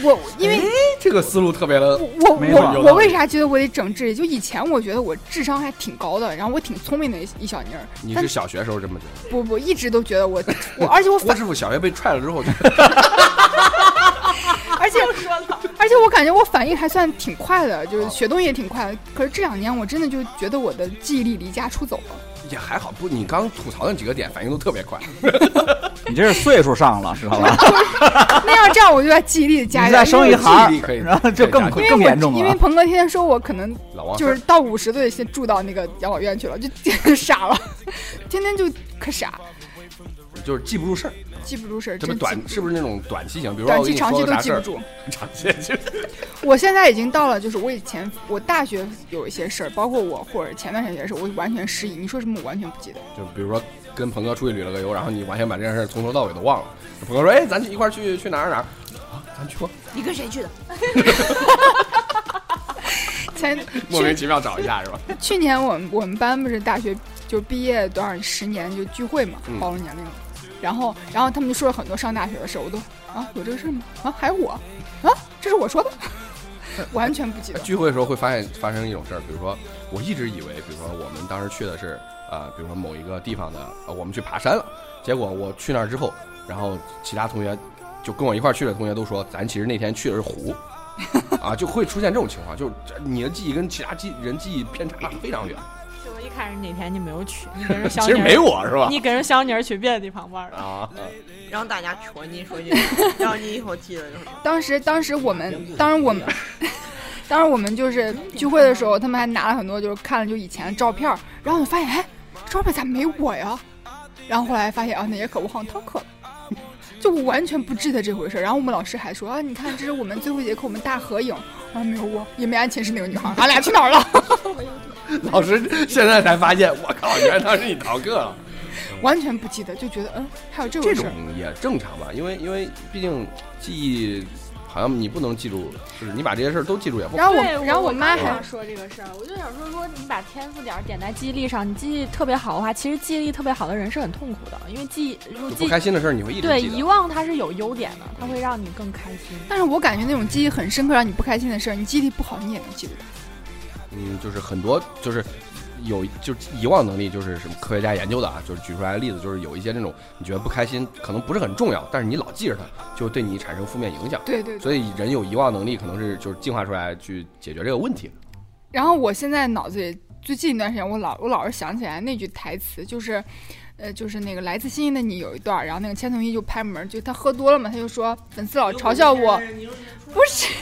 C: 我因为
A: 这个思路特别的
C: 我我
F: 哎没啊错
C: 我我为啥觉得我得整智力？就以前我觉得我智商还挺高的，然后我挺聪明的一一小妮儿，
A: 你
C: 但
A: 是小学时候这么觉得？
C: 不不一直都觉得我我，而且我
A: 郭
C: 反
A: 师傅小学被踹了之后，就
C: 而且而且我感觉我反应还算挺快的，就是学东西也挺快的。可是这两年我真的就觉得我的记忆力离家出走了。
A: 也还好。不，你刚吐槽那几个点反应都特别快，
F: 对，你这是岁数上了，知道吧？
C: 那要这样，我就把记忆力
F: 你
C: 加一
F: 再
C: 点，
F: 生
A: 因
F: 一
A: 为
F: 孩
A: 记忆力可以
F: 儿，然后就更
A: 可以
C: 因
F: 更
C: 为我
F: 严重
C: 因为
F: 了。
C: 鹏哥天天说我可能
A: 老王
C: 就是到五十 岁 先住到那个养老院去了，就就傻了，天天就可傻。
A: 就是记不住事儿，
C: 记不住事儿，
A: 这
C: 真
A: 不
C: 记
A: 短
C: 住
A: 是不是那种短期型？比如说
C: 短
A: 我跟
C: 期、
A: 你
C: 长期
A: 说
C: 都
A: 个啥
C: 记
A: 事
C: 不
A: 儿，
C: 住。
A: 长期就
C: 我现在已经到了，就是我以前我大学有一些事儿，包括我或者前段时间也是，我完全失忆。你说什么我完全不记得。
A: 就比如说跟鹏哥出去旅了个游，然后你完全把这件事儿从头到尾都忘了。鹏哥说：“哎，咱去一块儿去去哪儿哪儿？啊，咱去过，
E: 你跟谁去的？
C: 前
A: 莫名
C: 去
A: 其妙找一下是吧？
C: 去年我们我们班不是大学就毕业多少十年就聚会嘛
A: 嗯，
C: 暴露年龄了。然后然后他们就说了很多上大学的事儿，我都啊有这个事儿吗？啊还有我啊这是我说的， 完全不记得。
A: 聚会的时候会发现发生一种事儿，比如说我一直以为，比如说我们当时去的是呃，比如说某一个地方的，呃，我们去爬山了。结果我去那儿之后，然后其他同学就跟我一块儿去的同学都说，咱其实那天去的是湖， 啊，就会出现这种情况，就是这你的记忆跟其他记人记忆偏差非常远。
D: 就一开始哪天你没有去，你跟 人小
A: 其实
D: 女
A: 没
D: 儿，
A: 我是吧？
D: 你跟人小女儿去别的地方玩了。
A: 啊，
E: 然后大家戳你说句，然后你以后记得就好。
C: 当时当时我们当时我们。 当时我们就是聚会的时候，他们还拿了很多就是看了就以前的照片儿，然后我发现哎，照片咋没我呀？然后后来发现啊，那节课我好像逃课 了，就我完全不记得这回事儿。然后我们老师还说啊，你看这是我们最后一节课我们大合影，我说没有我，也没安寝室那个女孩儿，俺俩 去哪儿了？
A: 老师现在才发现，我靠，原来当时你逃课了。
C: 完全不记得，就觉得嗯，还有这回
A: 这
C: 事
A: 种
C: 儿。
A: 也正常吧，因为因为毕竟记忆好像你不能记住，就是你把这些事儿都记住也不
C: 然
A: 好。
C: 后我
D: 对，
C: 然后
D: 我
C: 我妈
D: 刚
C: 还
D: 想说这个事儿，我就想说说你把天赋点儿点在记忆力上，你记忆特别好的话，其实记忆力特别好的人是很痛苦的，因为记忆如
A: 就
D: 记
A: 不开心的事儿你会一直
D: 对
A: 记
D: 遗
A: 得。
D: 忘它是有优点的，它会让你更开 心。
C: 但是我感觉那种记忆很深刻，让你不开心的事儿，你记忆力不好，你也能记住。
A: 嗯，就是很多就是有就是遗忘能力，就是什么科学家研究的啊，就是举出来的例子，就是有一些那种你觉得不开心，可能不是很重要，但是你老记着它，就对你产生负面影响。
C: 对对对。
A: 所以人有遗忘能力，可能是就是进化出来去解决这个问题。
C: 然后我现在脑子里最近一段时间，我老我老是想起来那句台词，就是，呃，就是那个来自星星的你有一段儿，然后那个千颂伊就拍门，就他喝多了嘛，他就说粉丝老嘲笑我，不是，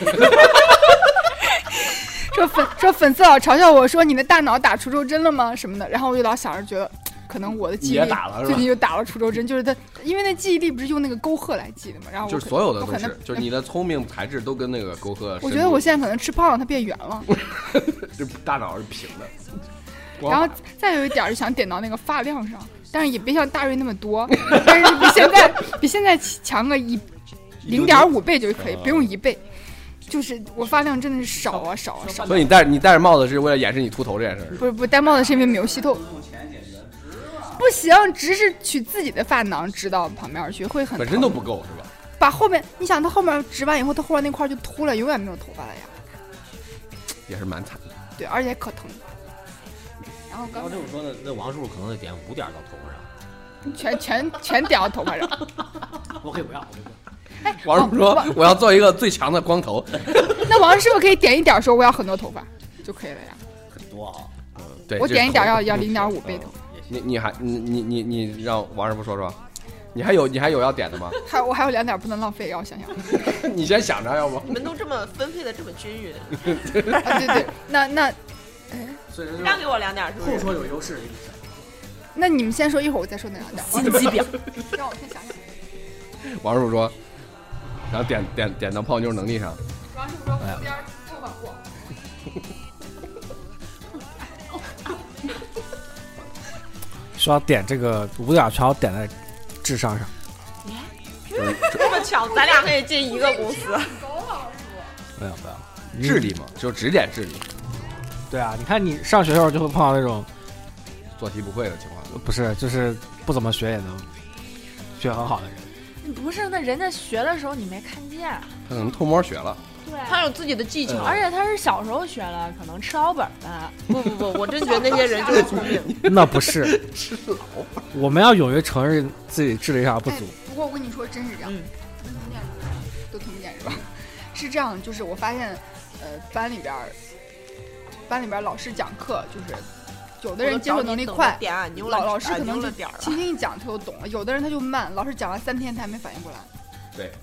C: 说粉说粉丝老嘲笑我说你的大脑打出周针了吗什么的，然后我就老想着觉得。可能我的记忆
A: 也
C: 力
A: 打了是吧
C: 最近就打了出周针，就是他，因为那记忆力不是用那个沟壑来记的嘛，啊然后我
A: 就是
C: 可
A: 所有的
C: 我
A: 都
C: 可
A: 是
C: 能，嗯
A: 就是你的聪明才智都跟那个沟壑。
C: 我觉得我现在可能吃胖了，它变圆了。
A: 这大脑是平 的。
C: 然后再有一点儿就想点到那个发量上，但是也别像大瑞那么多， 但是比现在 比现在强个一零点五倍就可
A: 啊
C: 以，不用一倍。就是我发量真的是少啊少啊少啊，
A: 所以你戴你戴着帽子是为了掩饰你秃头这件事儿。
C: 不是不戴帽子是因为没有吸透。不行，直是取自己的发囊直到旁边去，会很
A: 本
C: 疼
A: 身都不够是吧？
C: 把后面，你想它后面直完以后，它后面那块儿就秃了，永远没有头发了呀。
A: 也是蛮惨的。
C: 对，而且可 疼。然后
G: 要
C: 刚
G: 这么说呢，那王叔叔可能得点五点到头发上，
C: 全全全点到头发上，
G: 我可以不要，我可以不要
A: 王
C: 哦
A: 叔说：“我要做一个最强的光头。
C: 那王师傅可以点一点儿说我要很多头发就可以了呀。
G: 很多啊，”哦
A: 对，
C: 我
A: 这
C: 点一点
A: 头
C: 要要零点五倍头，
G: 也行。
A: 你你还你你你你让王师傅说说，你还有你还有要点的吗？
C: 还有我还有两点不能浪费，让我想 想。
A: 你先想着，要不
E: 你们都这么分配的这么均匀，
C: 啊，对对，那那
B: 所以说
E: 让给我两点儿是不
B: 后
E: 是？
B: 说有优势，
C: 那你们先说，一会儿我再说那两
D: 心
C: 点。
D: 机婊，
C: 让我先想想。
A: 王师傅说，然后点点点到泡妞能力上，
C: 王师傅说服边头发过。
B: 说要点这个五角桥点在智商上，
E: 这么巧，咱俩可以进一个 公司。
B: 没有没有
A: 智力嘛，就只点智力，
B: 对啊，你看你上学的时候就会碰到那种
A: 做题不会的情况。
B: 不是就是不怎么学也能学很好的人，
D: 不是？那人家学的时候你没看见，
A: 他可能偷摸学了，
D: 对，
E: 他有自己的技
A: 嗯
E: 巧，
D: 而且他是小时候学了，可能吃老本的。
E: 不不 不，我真觉得那些人就是聪 明。
B: 那不是我们要勇于承认自己智力上的不足。
C: 哎不过我跟你说，真是这样，
E: 嗯
C: 都听见是吧？都听不见是吧？是这样，就是我发现，呃，班里边儿，班里边儿老师讲课，就是有的人接受能力快，
E: 点啊，牛了
C: 老老师
E: 啊
C: 可能
E: 牛
C: 就
E: 了点儿了。
C: 轻轻一讲他就懂了，有的人他就慢，老师讲完三天他还没反应过来。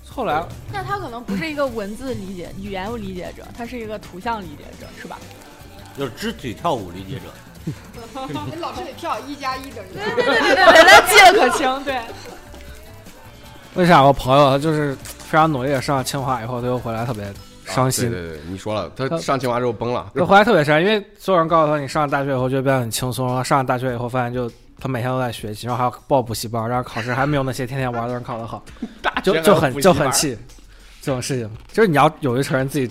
B: 后来
D: 那他可能不是一个文字理解、语言理解者，他是一个图像理解者，是吧？
G: 就是肢体跳舞理解者，
C: 哎老师得跳一加一等于。
D: 对对对，他记得可清，对。
B: 为啥我朋友他就是非常努力的上了清华以后，他又回来特别伤心，
A: 啊对对对，你说了，他上清华之后崩了，
B: 他回来特别伤心，因为所有人告诉他，你上了大学以后就会变得很轻松，然后上了大学以后发现就他每天都在学习，然后还要报补习班，然后考试还没有那些天天玩的人考得好，就就很就很。气。这种事情就是你要勇于承认自己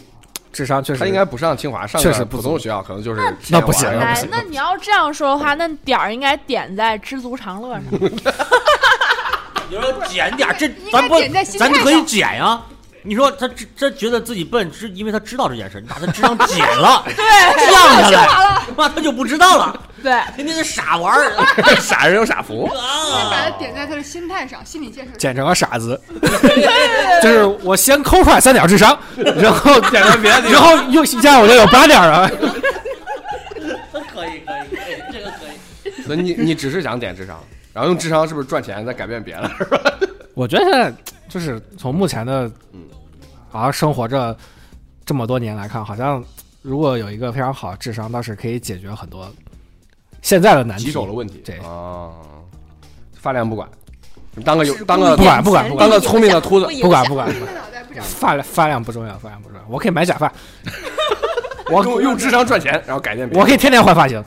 B: 智商确实
A: 他应该不上清华，上
B: 确实
A: 个
B: 不
A: 普
B: 足
A: 通学校可能就是
B: 那不行
A: 清华
B: 那
D: 哎
B: 不行，
D: 那你要这样说的话，那点儿应该点在知足常 乐上。
G: 有人减点儿，这
C: 应该
G: 咱不
C: 点在，心态
G: 咱
C: 上
G: 可以减呀。你说他知真觉得自己笨，是因为他知道这件事，你把他智商减 了，对，降下来，那他就不知道了，
D: 对，
G: 天天是傻玩 儿
A: 傻人有傻福，
C: 先把
G: 啊
C: 它！点在他的心态上，心理建设上。
B: 简成个傻子。就是我先抠出来三点智商，然后点个别的，然后又一下我就有八点了。
G: 可以可以可以，这个可以。
A: 所以你你只是想点智商，然后用智商是不是赚钱再改变别人？是吧？
B: 我觉得现在就是从目前的，
A: 嗯
B: 好像生活这这么多年来看，好像如果有一个非常好的智商，倒是可以解决很多现在的 难
A: 棘
B: 题。
A: 手的问题，
B: 对
A: 啊，发量不管，当个有当个
B: 不管不管不
A: 当
B: 管
A: 个聪明的秃子，
B: 不管不管，
C: 你的脑袋 不长大，
B: 发量发量不重要，发量不重要，我可以买假发，我
A: 用用智商赚钱，然后改变别
B: 我
A: 人。
B: 可以天天换发型。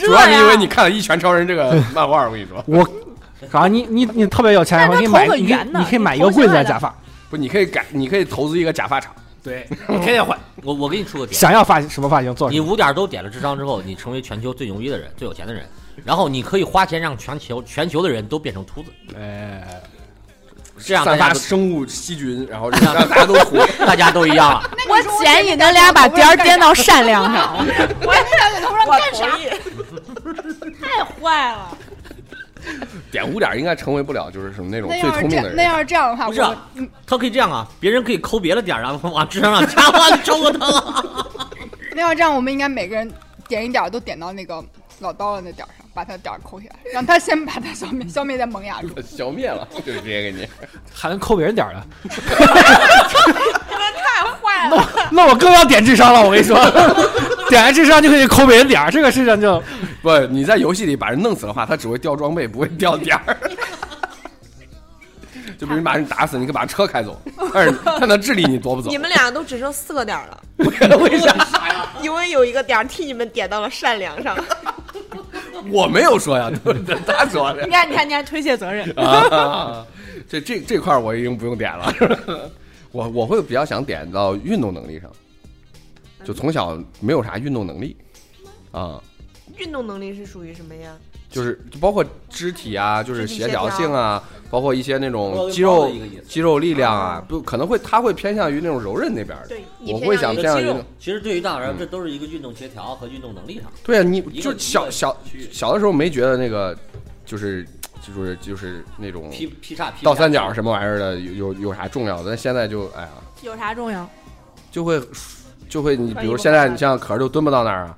A: 主要是因为你看了《一拳超人》这 个漫画，我跟你说，
B: 我，好像你你你特别有钱，然后
D: 但
B: 你
D: 是
B: 可以
D: 他
B: 买，
D: 头很
B: 你可以
D: 圆呢
B: 你可以买一
D: 头
B: 个
D: 是
B: 棍子
D: 外
B: 的
D: 的
B: 假发，
A: 不，你可以改，你可以投资一个假发厂，
B: 对，天天换，
G: 我我给你出个点，
B: 想要发什么发型做什
G: 你
B: 么。
G: 五点都点了智商之后，你成为全球最牛逼的人，最有钱的人，然后你可以花钱让全球全球的人都变成秃子，
B: 哎，
G: 这样大
A: 散
G: 家
A: 发
G: 都
A: 生物细菌，然后 让 让大家都活。
G: 大家都一样了。
C: 那
D: 我
C: 你说
D: 建议咱俩把颠儿颠到善良上，
C: 我也想给头上
E: 我
C: 干啥？
E: 同意。
D: 太坏了。
A: 点五点应该成为不了就是什么那种
C: 那
A: 最
C: 要
A: 聪
C: 是这
A: 明
C: 样
A: 的，
C: 那
A: 人。
C: 要是这样的话，
G: 不是啊
C: 我嗯
G: 他可以这样啊，别人可以抠别的点儿，然后 往智商上加，哇，你超过他了。
C: 那要这样，我们应该每个人点一点儿都点到那个老刀的那点儿上，把他点儿抠起来，让他先把它消灭，消灭在萌芽中。
A: 消灭了，就直接给你。
B: 还能抠别人点儿了，太坏了。那我更要点智商了，我跟你说，点完智商就可以抠别人点儿，这个事情就
A: 不，你在游戏里把人弄死的话，他只会掉装备，不会掉点 儿。就比如你把人打死，你可以把车开走，但是他的智力你夺不走
E: 你。们俩都只剩四个点儿了，
A: 为啥？
E: 因为有一个点儿替你们点到了善良上。
A: 我没有说呀，对不对他说的
D: 你看，你看，你看，推卸责任。
A: 啊。这这这块儿我已经不用点了。 我我会比较想点到运动能力上，就从小没有啥运动能力啊，
E: 运动能力是属于什么呀？
A: 就是就包括肢体啊，就是协调性啊，包括一些那种肌
G: 我
A: 肉
G: 跟包子一个意思
A: 肌肉力量啊
E: 啊，
A: 不可能会他会偏向于那种柔韧那边儿的。
E: 对，
A: 我会想偏向于那种
G: 其实对于大人，
A: 嗯
G: 这都是一个运动协调和运动能力上。
A: 对啊，你
G: 一个
A: 就小小
G: 一个
A: 小的时候没觉得那个就是就是就是那种
G: 劈劈叉劈
A: 嗯倒三角什么玩意儿的有有有啥重要的，但现在就哎呀
D: 有啥重要？
A: 就会就会你
E: 可以
A: 比如
E: 不
A: 现在
E: 看
A: 你像可儿就蹲不到那儿 啊，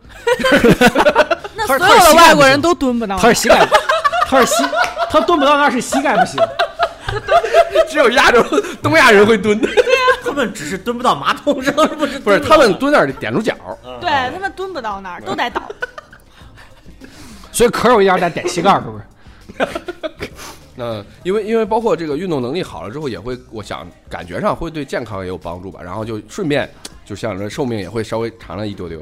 D: 那
B: 他是
D: 所有
B: 他是
D: 的
B: 西
D: 外
B: 安
D: 国
B: 人
D: 人都蹲不到那儿。
B: 他是膝盖，他是膝，他蹲不到那儿是膝盖不行，
A: 只有亚洲东亚人会 蹲，
G: 他们只是蹲不到马桶上，不是
A: 不是
G: 蹲
A: 他
G: 到
A: 们蹲那儿得点住脚，
D: 对他们蹲不到那儿，都得倒。
B: 所以可有一点儿得点膝盖儿，是不是？
A: 那因为因为包括这个运动能力好了之后，也会我想感觉上会对健康也有帮助吧，然后就顺便就像这寿命也会稍微长了一丢丢，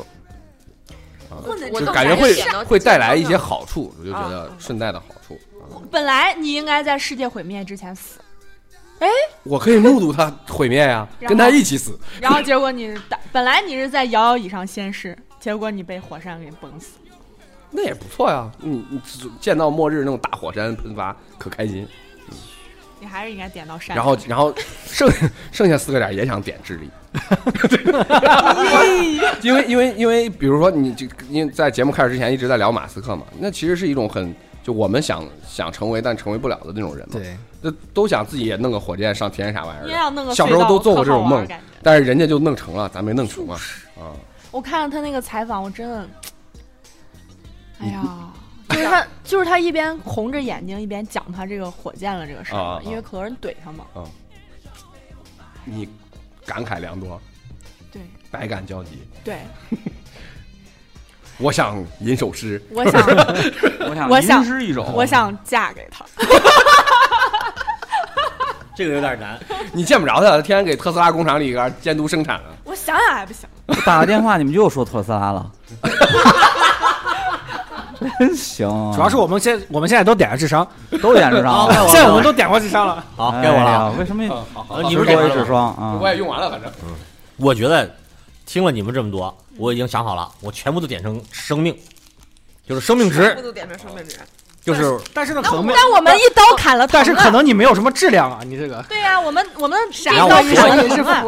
D: 不能
A: 就
D: 这么
A: 感觉
D: 干
A: 会
E: 想到
A: 会带来一
E: 健康啊
A: 些
E: 上
A: 好处，我就觉得顺带的好处。
D: 本来你应该在世界毁灭之前死，
A: 我可以目睹他毁灭 呀、
D: 然后
A: 跟他一起死。
D: 然后结果你打， 本来你是在摇摇椅上先逝，结果你被火山给崩死。
A: 那也不错呀。嗯你你见到末日那种大火山喷发，可开心。
D: 你还是应该点到山。
A: 然后然后剩剩下四个点也想点智力， 因为因为因为比如说你这因为在节目开始之前一直在聊马斯克嘛，那其实是一种很就我们想想成为但成为不了的那种人嘛，
B: 对，
A: 那都想自己也弄个火箭上天啥玩意儿
D: 你
A: 的
D: 也。要弄个
A: 小时候
D: 隧道
A: 都做过这
D: 特好
A: 种
D: 玩
A: 梦
D: 啊感觉
A: 但是人家就弄成了，咱没弄成嘛。啊，
D: 我看了他那个采访，我真的，哎呀，就是他，就是他一边红着眼睛一边讲他这个火箭了这个事
A: 啊啊啊
D: 儿，因为可多人怼他嘛。
A: 你感慨良多，
D: 对
A: 百感交集。
D: 对，
A: 我想吟首诗，
D: 我想，
F: 我想
D: 我想
F: 吟诗一首，
D: 我想嫁给他。
G: 这个有点难。
A: 你见不着他，他天天给特斯拉工厂里边监督生产啊了。
D: 我想想还不行，
F: 我打个电话，你们又说特斯拉了，真行啊，
B: 主要是我们现我们现在都点了智商，
F: 都演示上了。
B: 现在我们都点过智商了。
G: 好，该我
F: 哎
G: 了啊
F: 呀。为什么
A: 嗯，好好
G: 呃，你
F: 不是
G: 们给
F: 一
G: 完
F: 指
G: 了
F: 双啊
A: 我？也用完了，反正
G: 我觉得听了你们这么多，我已经想好了，我全部都点成生命，就是生命值
E: 全部，都点成生命值，
G: 就是
B: 但是呢，可能没有
D: 但我们一刀砍了
B: 但是
D: 疼
B: 可
D: 啊
B: 能你没有什么质量啊，你这个
D: 对呀、我们我们这一
G: 然后
D: 刀
G: 啊我
D: 砍了
C: 也 是
D: 疼啊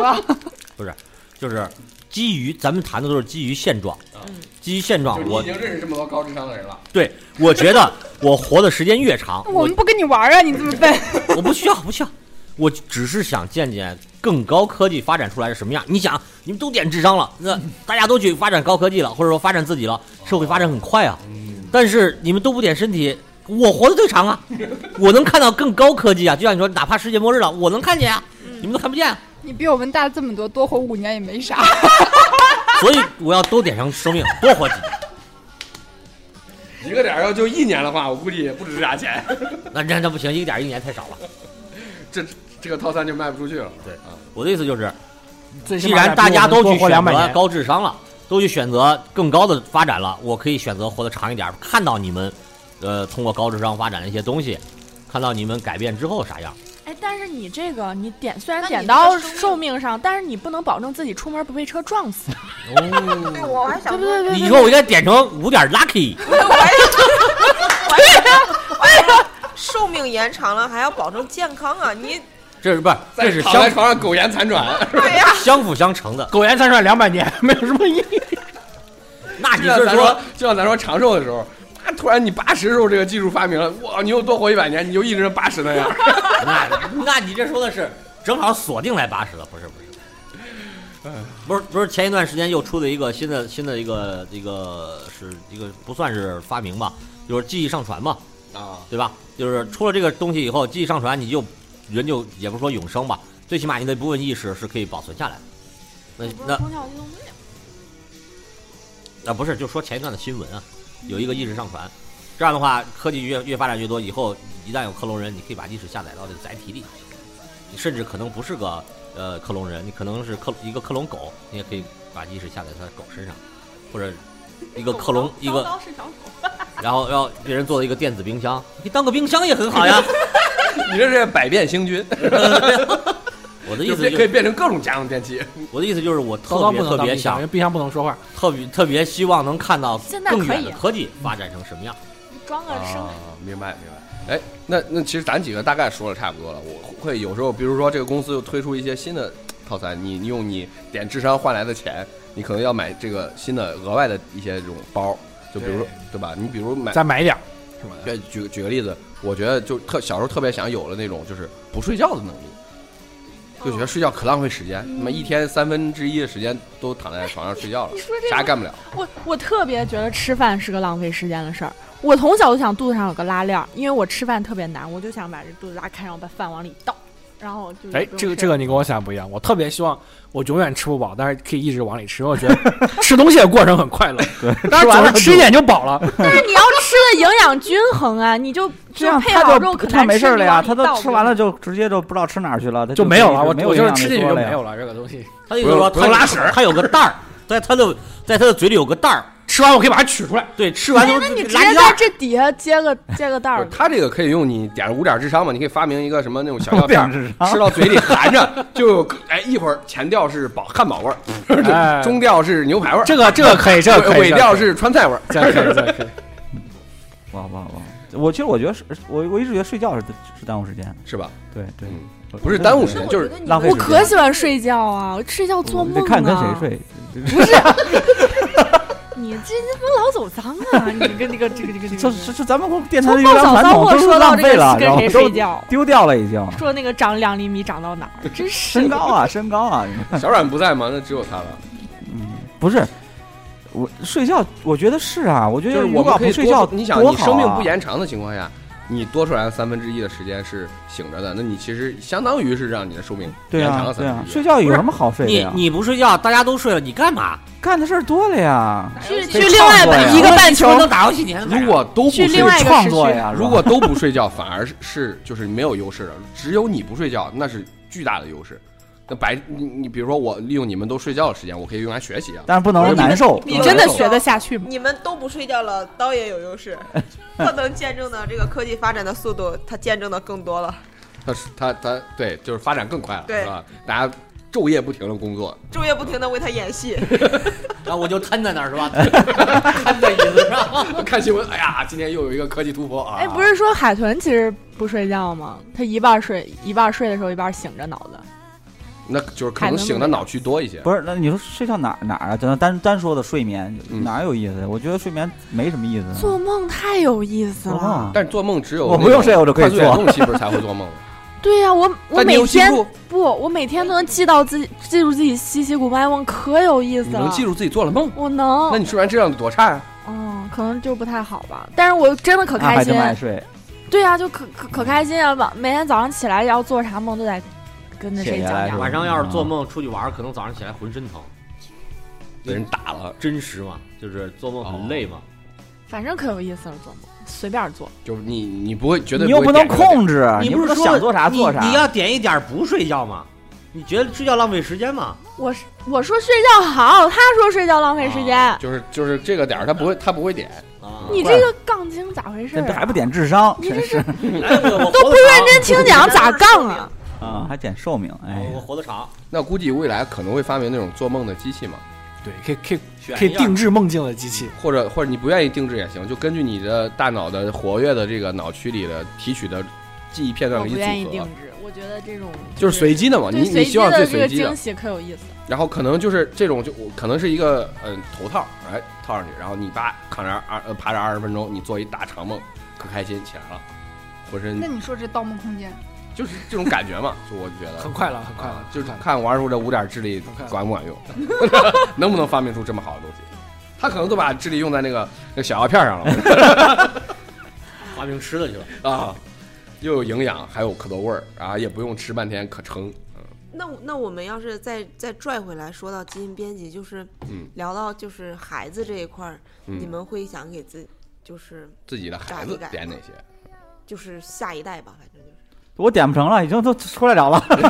C: 服了。
G: 就是基于咱们谈的都是基于现状
E: 嗯，
G: 基于现状
A: 就，是你已
G: 啊我
A: 经认识这么多高智商的人了。
G: 对我觉得我活的时间越长，
C: 我
G: 我
C: 们不跟你玩啊，你这么笨。
G: 我不需要不需要，我只是想见见更高科技发展出来是什么样。你想，你们都点智商了，那大家都去发展高科技了，或者说发展自己了，社会发展很快啊。
A: 嗯，
G: 但是你们都不点身体，我活得最长啊，我能看到更高科技啊。就像你说，哪怕世界末日了，我能看见啊，你们都看不见、啊。
C: 你比我们大这么多，多活五年也没啥。
G: 所以我要多点上生命，多活几年。
A: 一个点儿要就一年的话，我估计也不值啥钱。
G: 那那那不行，一个点儿一年太少了。
A: 这这个套餐就卖不出去了。
G: 对
A: 啊，
G: 我的意思就是，
B: 最起
G: 既
B: 码
G: 然大家都
B: 比我
G: 去
B: 们多活
G: 选
B: 两百
G: 择
B: 年，
G: 高智商了，都去选择更高的发展了，我可以选择活得长一点，看到你们，呃，通过高智商发展的一些东西，看到你们改变之后啥样。
D: 哎，但是你这个你点虽然
E: 那你
D: 点
E: 这
D: 到
E: 个生命
D: 寿命上，但是你不能保证自己出门不被车撞死，啊
G: 哦，
E: 对，我还
D: 对
E: 想
D: 不对？对
G: 你
D: 对
G: 说我应该点成五点 lucky，
E: 寿命延长了，还要保证健康啊！你
G: 这是不是？这
A: 再
G: 是
A: 躺在
G: 相
A: 床上苟延残 喘，
E: 对呀、
G: 相辅相成的。
B: 苟延残喘两百年，没有什么意义。
G: 那
A: 就
G: 你
A: 像
G: 是
A: 咱
G: 说
A: 说，就像咱说长寿的时候，那突然你八十时候这个技术发明了，哇，你又多活一百年，你就一直八十那样。
G: 那那你这说的是正好锁定来八十了，不是不是。不是不是，前一段时间又出的一个新的新的一个一个是一个不算是发明吧，就是记忆上传嘛，
A: 啊，
G: 对吧？就是出了这个东西以后，记忆上传你就人就也不是说永生吧，最起码你的部分意识是可以保存下来的。
D: 不
G: 那
D: 是
G: 那
D: 通宵机动队吗
G: 啊不是，就说前一段的新闻啊，有一个意识上传，这样的话科技越越发展越多，以后一旦有克隆人，你可以把意识下载到这个载体里，你甚至可能不是个呃克隆人，你可能是克一个克隆狗，你也可以把意识下载在狗身上，或者一个克隆一个
D: 刀是小狗，
G: 然后让别人做了一个电子冰箱，你当个冰箱也很好呀。
A: 你这是百变星君，
G: 我的意
A: 就
G: 思
A: 变
G: 就
A: 可以
G: 是，
A: 变成各种家用电器。
G: 我的意思就是，我
B: 刀
G: 特
B: 刀
G: 别
B: 不能
G: 特
B: 当
G: 别
B: 冰箱，因
G: 想，
B: 为冰箱不能说话。
G: 特别特别希望能看到
D: 现在
G: 更
D: 可
G: 远的
D: 以啊
G: 科技发展成什么样。
D: 装个生
A: 啊，明白明白。哎，那那其实咱几个大概说了差不多了。我会有时候，比如说这个公司又推出一些新的套餐，你你用你点智商换来的钱，你可能要买这个新的额外的一些这种包，就比如说对吧？你比如买，
B: 再买一点儿，是吧？
A: 举举举个例子，我觉得就特小时候特别想有的那种，就是不睡觉的能力。就觉得睡觉可浪费时间，他妈一天三分之一的时间都躺在床上睡觉了
D: 你，说这
A: 啥也
D: 个，
A: 干不了。
D: 我我特别觉得吃饭是个浪费时间的事儿。我从小就想肚子上有个拉链儿，因为我吃饭特别难，我就想把这肚子拉开，然后把饭往里倒，然后就
B: 哎
D: 嗯不，用
B: 这个
D: 吃
B: 这
D: 了
B: 个你跟我想不一样，我特别希望我永远吃不饱，但是可以一直往里吃，因为我觉得 吃东西的过程很快乐。
F: 对，
B: 当然主要是吃一点就饱了，
D: 但是你要吃的营养均衡啊，你就就
F: 这样
D: 配
F: 他
D: 好
F: 就
D: 肉可
F: 他
D: 难
F: 没事儿
D: 你
F: 了呀，
D: 往里
F: 他都
D: 倒
F: 吃完了
D: 不
F: 就直接就不知道吃哪儿去了，他
B: 就没有了。
F: 一
B: 我
F: 直没有
B: 我就
F: 营
B: 是
F: 养
B: 吃进去
F: 多
B: 就
F: 了
B: 没
F: 呀
B: 有了这个东西。
G: 他的意思说，
A: 不用不
G: 他
A: 用拉
G: 有
A: 屎
G: 他有个袋儿，在他的在他的嘴里有个袋儿，
B: 吃完我可以把它取出来，
G: 对，吃完之后
D: 行？那你直
G: 垃圾
D: 接
G: 袋
D: 在
G: 儿。
D: 这底下接个接个袋
A: 不
D: 儿
A: 是，，他这个可以用你点五点智商嘛？你可以发明一个什么那种 小药片儿，
F: 智商
A: 吃到嘴里含着， 就有哎一会儿前调是宝汉堡味儿，
B: 哎
A: 中调是牛排味儿，
B: 这个这个可以，这个 可
A: 尾
B: 以，
A: 调是川菜味儿。
B: 这个可以，这个可以。
F: 哇哇哇！我其实我觉得是，我我一直觉得睡觉是是耽误时间，
A: 是吧？
F: 对对
A: 嗯，
F: 我
A: 不是耽误时间，
E: 我
A: 就是
E: 觉得你
F: 浪费
D: 我
F: 时间
D: 可喜欢睡觉啊，我睡觉做
F: 你
D: 梦
F: 得
D: 啊。
F: 看你跟谁 睡。
D: 你这这不老走脏啊？你跟那个这个这个这个。
F: 这这这咱们电台
D: 从
F: 的优
D: 报
F: 良
D: 小
F: 传
D: 三
F: 统
D: 货
F: 都是
D: 说
F: 浪
D: 到这
F: 费了，
D: 个跟
F: 然后
D: 谁
F: 都
D: 睡觉，
F: 丢掉了已经。
D: 说那个长两厘米长到哪儿，真是
F: 身高啊，身高啊，
A: 小阮不在嘛，那只有他了。
F: 不是我睡觉，我觉得是啊，我觉
A: 就
F: 得
A: 是
F: 如
A: 我们
F: 果要
A: 可以
F: 不
A: 多
F: 睡觉，
A: 你想
F: 多
A: 你
F: 好
A: 生命
F: 啊
A: 不延长的情况下，你多出来的三分之一的时间是醒着的，那你其实相当于是让你的寿命
F: 对
A: 延长
F: 啊
A: 了
F: 对
A: 三
F: 啊
A: 分，之
F: 睡
A: 一。
F: 觉有什么好睡的
G: 你
F: 呀？
G: 你不睡觉，大家都睡了，你干嘛？
F: 干的事儿多了呀，
D: 去
F: 被
D: 去另外
F: 创作呀
D: 一个半球
G: 不，能打游戏，你还能干
A: 如
G: 啥
A: 果都不
D: 去
A: 睡
D: 另外一个
F: 创
D: 时
F: 作
D: 区
F: 呀。是吧
A: 啊如果都不睡觉，反而是 是就是没有优势的。只有你不睡觉，那是巨大的优势。那白你你比如说我利用你们都睡觉的时间，我可以用来学 习啊。
F: 但是不能让难受。
E: 你
D: 你真的
E: 学
D: 学得下去吗？
E: 你们都不睡觉了，刀也有 优势，它能见证的这个科技发展的速度，它见证的更多了。
A: 他是他他对，就是发展更快了，
E: 对
A: 是吧？大家昼夜不停的工作，
E: 昼夜不停的为他演戏，
G: 然后我就瘫在那儿是吧？ 瘫在椅子上，
A: 看新闻，哎呀，今天又有一个科技突破啊！
D: 哎，不是说海豚其实不睡觉吗？它一半睡，一半睡的时候，一半醒着脑子。
A: 那就是可能醒的脑区多一些。
F: 不是，那你说睡觉哪儿哪儿啊？咱单单说的睡眠
A: 嗯
F: 哪有意思？我觉得睡眠没什么意思。啊
D: 做梦太有意思
F: 做
D: 了。
F: 梦，啊
A: 但是做梦只有
F: 我不
A: 那种
F: 用睡我就可以
A: 快速眼
F: 做
A: 动期不是才会做梦吗？
D: 对呀、我 我
A: 但你
D: 每
A: 有记
D: 天
A: 住，
D: 不，我每天都能记到自己，记住自己稀奇古怪梦，可有意思
A: 你
D: 了。
A: 能记住自己做了梦，
D: 我能。
A: 那你睡完质量多差啊！
D: 嗯，可能就不太好吧。但是我真的可
F: 那啊还
D: 开
F: 这
D: 心啊
F: 么，爱睡，
D: 对啊，就可可可开心啊！晚每天早上起来要做啥梦都得跟那谁
F: 写下
D: 讲
F: 来
D: 讲
F: 是。吧
G: 晚上要是做梦出去玩，可能早上起来浑身疼，
F: 嗯
A: 被人打了，
G: 真实嘛，就是做梦很累嘛。
D: 反正可有意思了，做梦随便做。
A: 就是你你不会觉得
F: 你又
A: 不会
F: 能
A: 点个点
F: 控制，啊你
G: 啊不是
F: 能
G: 说
F: 想做啥做啥。
G: 你？你要点一点不睡觉吗？你觉得睡觉浪费时间吗？
D: 我是我说睡觉好，他说睡觉浪费时间。
A: 就是就是这个点儿，他不会他不会点，
G: 啊，
D: 你这个杠精咋回事、
F: 这
D: 啊？
F: 还不点智商，
D: 你这
F: 真是
G: 哎我
D: 都不认真听讲咋杠啊？
F: 啊，还点寿命，哎
G: 我，我活得长，
A: 那估计未来可能会发明那种做梦的机器嘛，
B: 对，可以可以
G: 选
B: 可以
G: 一样
B: 定制梦境的机器。
A: 或者或者你不愿意定制也行，就根据你的大脑的活跃的这个脑区里的提取的记忆片段
D: 我
A: 给
D: 不
A: 你
D: 愿意
A: 组
D: 定
A: 合，
D: 制，我觉得这种
A: 就是随机的嘛，
D: 对
A: 你你
D: 随
A: 希
D: 机
A: 望最
D: 的这
A: 随
D: 个
A: 机的
D: 惊，喜可有意思。
A: 然后可能就是这种就我可能是一个嗯、头套，哎套上去，然后你爸扛着二呃爬着二十分钟，你做一大长梦，可开心起来了，浑身
C: 那你说这《盗梦空间》
A: 就是这种感觉嘛，就我就觉得
B: 很快了，很快了，
A: 嗯就是
B: 很快了
A: 看玩出这五点智力管不管用， 能不能发明出这么好的东西？他可能都把智力用在那个那个小药片上 了
G: 发明吃的去了。
A: 啊，又有营养，还有可多味儿啊，也不用吃半天可撑。
E: 那我那我们要是再再拽回来，说到基因编辑，就是
A: 嗯
E: 聊到就是孩子这一块儿，你
A: 嗯，
E: 们会想给自就是
A: 自己的孩子点哪些？
E: 就是下一代吧，反正 就是。
F: 我点不成了，已经都出来了了。
E: 你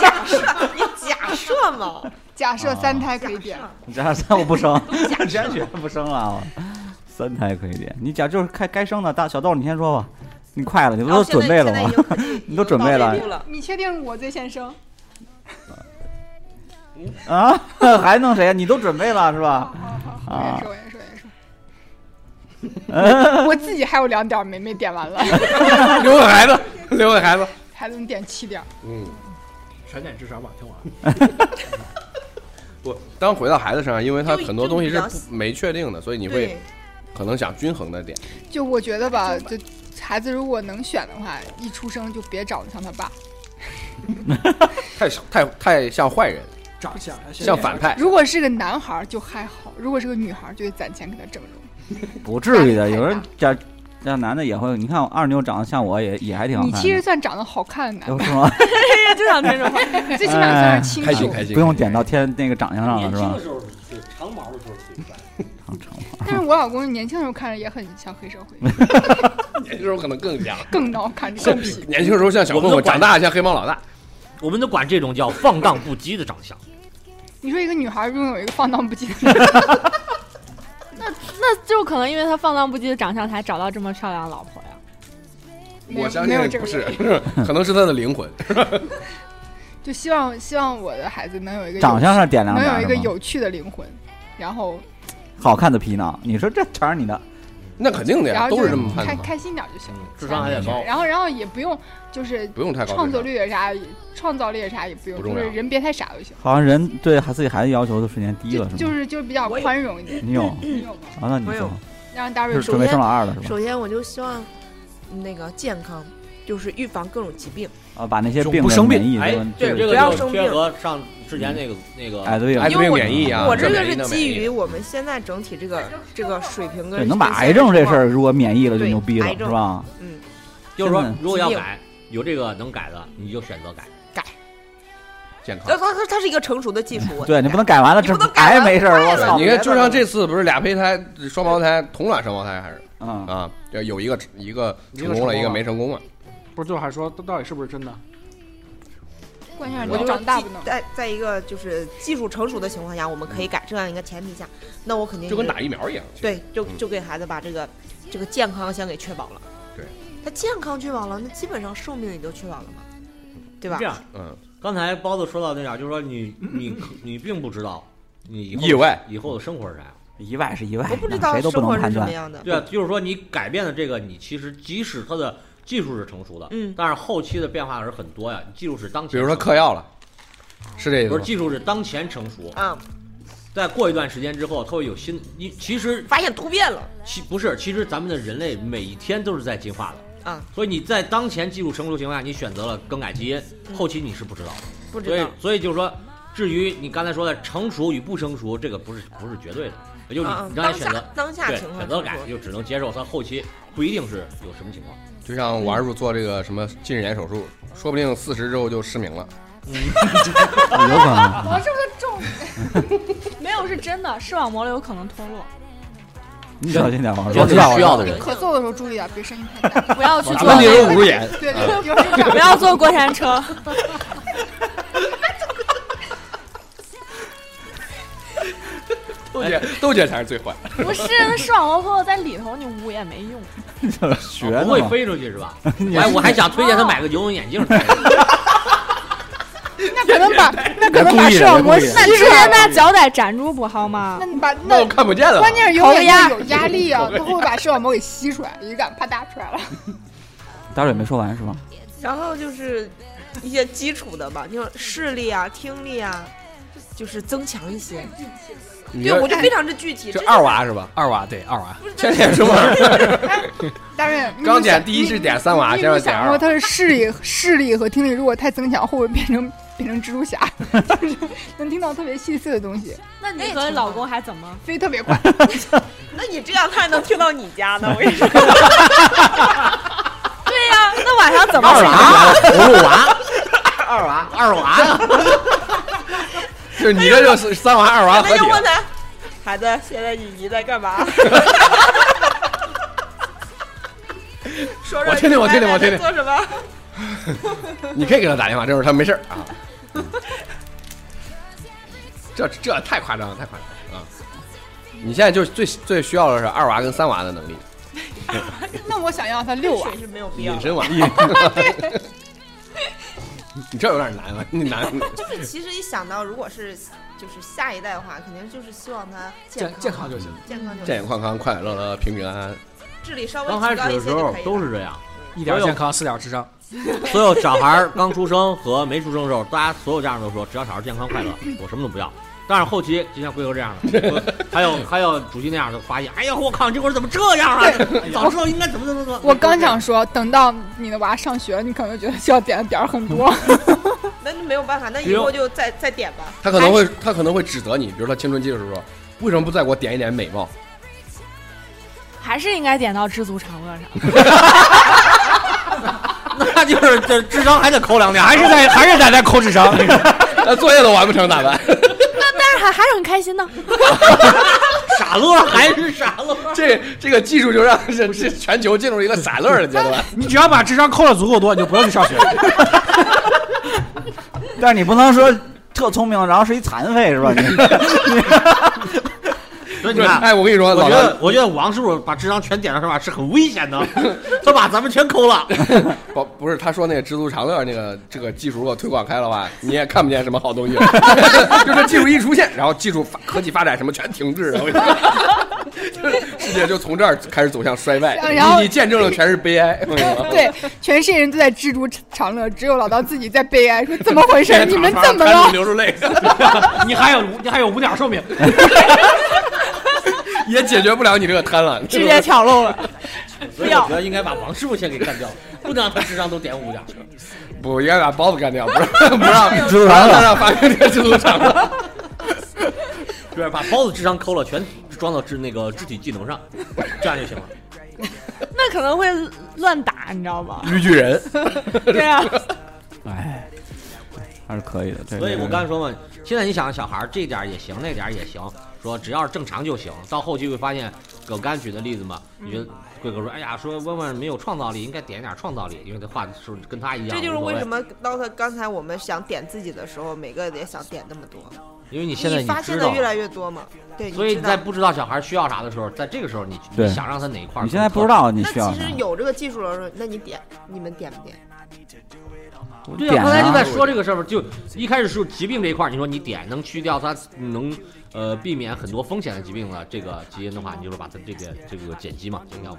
E: 假设，你假设嘛，
C: 假设
F: 啊
C: 三胎可以点，
F: 你这样三我不生，
E: 假
F: 这样选不生了，我三胎可以点。你假就是该该生的大小豆，你先说吧，你快 了，你不
E: 然后
F: 都
E: 哦现
F: 准
E: 在
F: 备
E: 现
F: 了
E: 在已
F: 吗？
E: 经可以
F: 你都准备了
E: 已经到这一步了，
C: 你确定我最先生？
F: 啊， 还弄谁呀？你都准备了是吧？
C: 好好好，我
F: 啊
C: 也是，我也是，我也是。 我自己还有两点儿没没点完了，
A: 留给孩子，留给孩子。
C: 孩子们点七点儿，
A: 嗯，
B: 全点智商吧，听我。
A: 我当回到孩子身上，因为他
E: 就
A: 很多东西是
E: 就比较
A: 不没确定的，所以你会
E: 对，
A: 可能想均衡的点。
C: 就我觉得吧，就孩子如果能选的话，一出生就别长得像他爸。
A: 太太太像坏人，
B: 长相还是
A: 像反派。
C: 如果是个男孩儿就还好，如果是个女孩儿就得攒钱给他整容。
F: 不至于的，有人这这男的也会。你看我二妞长得像我也也还挺好
C: 你
F: 看的。哎
C: 其实算长得好看的
F: 有
C: 男
F: 什么？
D: 对，就想这种话。
C: 的，最起码算是清
A: 开心
C: 秀。
A: 开心，
F: 不用点到天那个长相上
G: 年
F: 了是
G: 轻
F: 吧
G: 的？时候是长毛的时候是最帅，
F: 长长
C: 但是我老公年轻的时候看着也很像黑社会，
A: 年轻时候可能更像。
C: 更孬，看着更痞。
A: 年轻时候像小混
G: 我
A: 混，
G: 们都
A: 长
G: 管
A: 大像黑帮老大。
G: 我们都管这种叫放荡不羁的长相。
C: 你说一个女孩儿拥有一个放荡不羁的，
D: 那就可能因为他放荡不羁的长相，才找到这么漂亮的老婆呀。
C: 没
A: 我
C: 有
A: 相
C: 没有
A: 信
C: 这
A: 不
C: 个
A: 是， 可能是他的灵魂。
C: 就希望希望我的孩子能有一个有
F: 长相上点两
C: 能有一
F: 点
C: 个
F: 是吗？
C: 有趣的灵魂，然后
F: 好看的皮囊，你说这全是你的，
A: 那肯定的
C: 然
A: 呀，
C: 后就
A: 都是这么判
C: 开
A: 的嘛，
C: 开心点儿就行
B: 嗯
C: 了，
G: 智商还得高，
C: 然后然后也不用就是
A: 不用太高智商。
C: 创作力也啥也创造力也啥也不用，
A: 不
C: 就
A: 重
C: 是
A: 要
C: 人别太傻就行，
F: 好像人对自己孩子要求都瞬间低了
C: 就
F: 是吗？
C: 就是就是比较
E: 我也
C: 宽容一点。
F: 你有
C: 你有吗？
F: 啊？那你
E: 我有
F: 说
C: 让大
F: 是
C: 瑞
F: 准
C: 说
F: 备生老二了是吧？
E: 首先我就希望那个健康，就是预防各种疾病。
F: 啊，把那些
B: 就
F: 病
B: 不
F: 的
B: 生
F: 免
B: 病
F: 疫
G: 哎
F: 都
E: 对
F: 就
G: 这
E: 不
G: 个
E: 要
G: 就
E: 生
G: 贴
E: 病
G: 合上之前那个那个
F: 哎，对
A: 艾
F: 了，
A: 滋病免疫啊，
E: 我这个
A: 免疫
E: 是
A: 能
E: 基
A: 免疫
E: 于我们现在整体这个这个水平
F: 对，
E: 跟
F: 能把
E: 跟
F: 癌症这事
E: 现在的
F: 儿如果免疫了就
E: 哎对
F: 牛逼了，
E: 癌症情
F: 是吧？
E: 况，嗯，
G: 就是说
F: 真的，
G: 如果要改，有这个能改的，你就选择改。
A: 健康
E: 呃
C: 呃
E: 它。它它它是一个成熟的技术。我
F: 嗯对你
E: 觉
F: 不
E: 得
F: 能改完了，
E: 你
F: 这
E: 不能改
F: 癌
E: 完了
F: 没事儿，我
E: 坏了
F: 操！
A: 你看，就像这次不是俩胚胎、双胞胎、同卵双胞胎还是
F: 嗯，
A: 啊？这有一个一个
B: 一个
A: 成功
B: 成功
A: 了，一个
B: 了
A: 没成功嘛？
B: 不是就还说到底是不是真的？
C: 关键是
E: 我
C: 你
E: 就
C: 哎长
E: 是
C: 大
E: 技
C: 不能。
E: 在在一个就是技术成熟的情况下，我们可以改这样一个前提下，那我肯定
A: 就跟
E: 是
A: 打疫苗一样。其实
E: 对，就
A: 嗯
E: 就给孩子把这个这个健康先给确保了。
A: 对，
E: 他健康确保了，那基本上寿命也就确保了嘛，对吧
G: 这？样，
A: 嗯，
G: 刚才包子说到那点儿，就是说你你你并不知道你以后
A: 意外
G: 以后的生活是啥样。
F: 意外是意外，
E: 我不知
F: 那
E: 道
F: 谁都不
E: 生活是
F: 能判
E: 什么
F: 断。
E: 样的。
G: 对啊，就是说你改变的这个，你其实即使它的技术是成熟的，
E: 嗯
G: 但是后期的变化是很多呀。技术是当前，
A: 比如说嗑，药了，是这意
G: 不
A: 思
G: 是
A: 吗？
G: 技术是当前成熟，
E: 啊，
G: 在过一段时间之后，它会有新。你其实
E: 发现突变了
G: 其不是，其实咱们的人类每一天都是在进化的，
E: 啊，
G: 所以你在当前技术成熟的情况下，你选择了更改基因，后期你是不知道的。
E: 嗯不
G: 所
E: 知
G: 以
E: 道，
G: 所以就是说，至于你刚才说的成熟与不成熟，这个不是不是绝对的，也就是
E: 啊
G: 你，刚才
E: 当
G: 选择
E: 下。当下
G: 对，
E: 情况
G: 选择
E: 成
G: 改
E: 熟
G: 就只能接受它后期不一定是有什么情况。
A: 就像我二叔做这个什么近视眼手术，说不定四十之后就失明了。
F: 有可能，
C: 我是不是中？
D: 没有是真的，视网膜里有可能脱 落，
F: 你小心点，王
A: 要
F: 叔
A: 知。道需要的人
C: 咳嗽的时候注意点，别声音太大。
D: 不要去
A: 咱
D: 做
A: 们，这是五 眼，
C: 对对，就是这样。
D: 不要坐过山车。
A: 豆姐豆姐才是最坏。
D: 不是，那视网膜破在里头，你捂也没用。
F: 学
G: 哦
F: 的
G: 不会
F: 嘛，
G: 飞出去 是吧？我还我还想推荐他买个游泳眼镜儿。
C: 那可能把那可能
F: 故
C: 把
F: 意
C: 视
F: 的
C: 网膜
F: 故意的
D: 那直接拿脚逮粘住不好吗
C: 那？你把
A: 那
C: 那
A: 我看不见了。
C: 关键是有
D: 烤个鸭
C: 眼有压力啊，它会把视网膜给吸出来，语感啪嗒出来了。
F: 大蕊没说完是吗？
E: 然后就是一些基础的吧，像视力啊、听力啊，就是增强一些。
A: 你
E: 对，我就非常之具体。
A: 这
E: 真的
A: 二娃是吧？
B: 二娃对二娃，
E: 不是
A: 天天 说话，
C: 但是你
A: 刚点
C: 想
A: 第一
C: 你
A: 是点三娃，
C: 你
A: 现
C: 有没
A: 在
C: 有
A: 点
C: 想
A: 二
C: 过
A: 娃。
C: 他的视力、视力和听力如果太增强，会不会变成变成蜘蛛侠？ 就是能听到特别细碎的东西，
D: 那你和老公还怎么？
C: 飞特 别快。
E: 那你这样，他还能听到你家呢。我跟你 说，
D: 对呀、那晚上怎么
G: 二
D: 睡？
G: 娃，葫 芦娃，二娃，二娃呀！
A: 就是你这就是三娃二娃啊合
E: 那就
G: 啊
A: 体了
E: 问。 他，孩子，现在你姨在干嘛？说说
A: 我听听我听听我听听
E: 你在做什么？
A: 你可以给他打电话，这会儿他没事儿啊。 这这太夸张了，太夸张了啊！你现在就是最最需要的是二娃跟三娃的能力，
C: 那我想要他六啊
E: 确，实没有必要
A: 隐。身 娃。你这有点难了，啊你难。
E: 就是其实一想到，如果是就是下一代的话，肯定就是希望他健
B: 健健康就行。
E: 健康就
A: 健健
E: 行，
A: 康康、快快乐乐、平平安安。
E: 智力稍微
G: 刚开
E: 提
G: 始
E: 高一
G: 的
E: 些
G: 时
E: 就
G: 候
E: 可以了。
G: 都是这样，
B: 一点健康，四点智商。
G: 所有小孩儿刚出生和没出生的时候，大家所有家长都说，只要小孩儿健康快乐，我什么都不要。但是后期就像龟哥这样的，还有还有主席那样的，发现，哎呀，我靠，你这会儿怎么这样啊？早知道应该怎么怎么怎么。
C: 我刚想说，等到你的娃上学，你可能觉得需要点的点儿很多。
E: 那就没有办法，那
G: 比
E: 以
G: 如
E: 后就再再点吧。
A: 他可能会，他可能会指责你，比如说青春期的时候，为什么不再给我点一点美貌？
D: 还是应该点到知足常乐上。
G: 那就是这智商还得扣两点，还
B: 还
G: 是
B: 是 在还是在在抠智 商，
A: 那作业都完不成咋办？
D: 但是还还是很开心呢。
G: 傻乐，还是傻乐。
A: 这这个技术就让这这全球进入一个散乐的阶段。
B: 你只要把智商抠的足够多，你就不用去上 学。
F: 但是你不能说特聪明，然后是一残废是吧？你
G: 所以
A: 不
G: 你
A: 是，
G: 看，
A: 哎，我跟你说，
G: 我
A: 老
G: 觉
A: 梁
G: 得，我觉得王师傅把智商全点到上面是很危险的，他把咱们全抠了。
A: 不不是，他说那个知足常乐那个这个技术如果推广开的话，你也看不见什么好东西， 就是技术一出现，然后技术发科技发展什么全停 滞，然后就是世界就从这儿开始走向衰败，
C: 然后
A: 你你见证的全是悲哀。 我跟你说，
C: 对，全世界人都在知足常乐，只有老刀自己在悲哀，说怎么 回事？你们怎么
A: 看着
C: 了？
A: 流出泪，
G: 你还有你还有五点寿 命，
A: 也解决不了你这个贪婪。
D: 直接挑漏了。
G: 所以我觉得应该把王师傅先给 干掉，不能让他智商都点五点。
A: 不应该把包子干掉，不让 不让
F: 知足
A: 不
F: 常
A: 让他
F: 乐，
A: 让发明这个知足常乐。
G: 对，把包子智商抠了，全装到智那个肢体技能上，这样就行了。
D: 那可能会乱打，你知道吗？
A: 绿巨人，
D: 对啊，
F: 哎，还是可以的。这
G: 所以
F: 这
G: 我刚才说嘛，现在你想小孩儿这点儿也行，那点儿也行，说只要是正常就行。到后期会发现，狗刚举的例子嘛，你觉得贵哥说，哎呀，说温温没有创造力，应该点一点创造力，因为他画的是不是跟他一样。
E: 这就是
G: 无所谓
E: 为什，么到他刚才我们想点自己的时候，每个也想点那么多。
G: 因为你现在
E: 你发现
G: 知
E: 的
G: 道
E: 越，来越多嘛？对，
G: 所以
E: 你
G: 你
E: 知道
G: 在不知道小孩需要啥的时候，在这个时候你
F: 对
G: 你想让他哪一块儿，
F: 你现在不知。道你
E: 那
F: 需要
E: 其
F: 啥
E: 实，有这个技术了，时候，那你点，你们点不点？
G: 对
F: 点
G: 呀，刚才
F: 啊
G: 就在说这个事儿嘛，就一开始说疾病这一块儿，你说你点能去掉它，能呃避免很多风险的疾病的这个基因的话，你就是把它这个这个碱基嘛减掉嘛，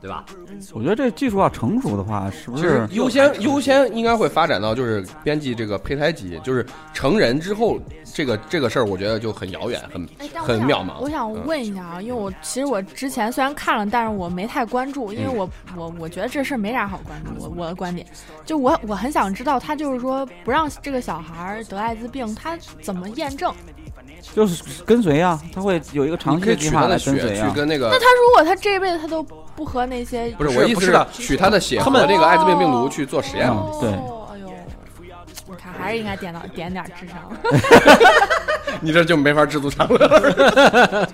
G: 对吧？
F: 我觉得这技术要成熟的话，是不
A: 其实
F: 是
A: 优先优先应该会发展到就是编辑这个胚胎基因，就是成人之后这个这个事儿，我觉得就很遥远，很
D: 哎但我
A: 很
D: 想
A: 渺茫
D: 我想
A: 嗯
D: 问一下啊，因为我其实我之前虽然看了，但是我没太关注，因为我我我觉得这事儿没啥好关注。我我的观点，就我我很想知道，他就是说不让这个小孩儿得艾滋病，他怎么验证？
F: 就是跟随啊？他会有一个长
A: 你可
F: 期
A: 以
F: 计
A: 取
F: 划
A: 他
F: 来
A: 的
F: 跟
A: 血
F: 随
A: 去
F: 啊。
A: 跟那个
D: 那他如果他这一辈子他都不和那些
A: 不是我意思是取他的血和那个艾滋病病毒去做实验啊嘛？
D: 哦
F: 对
D: 哎呦，你看还是应该点到点点儿智商。
A: 你这就没法制作厂了。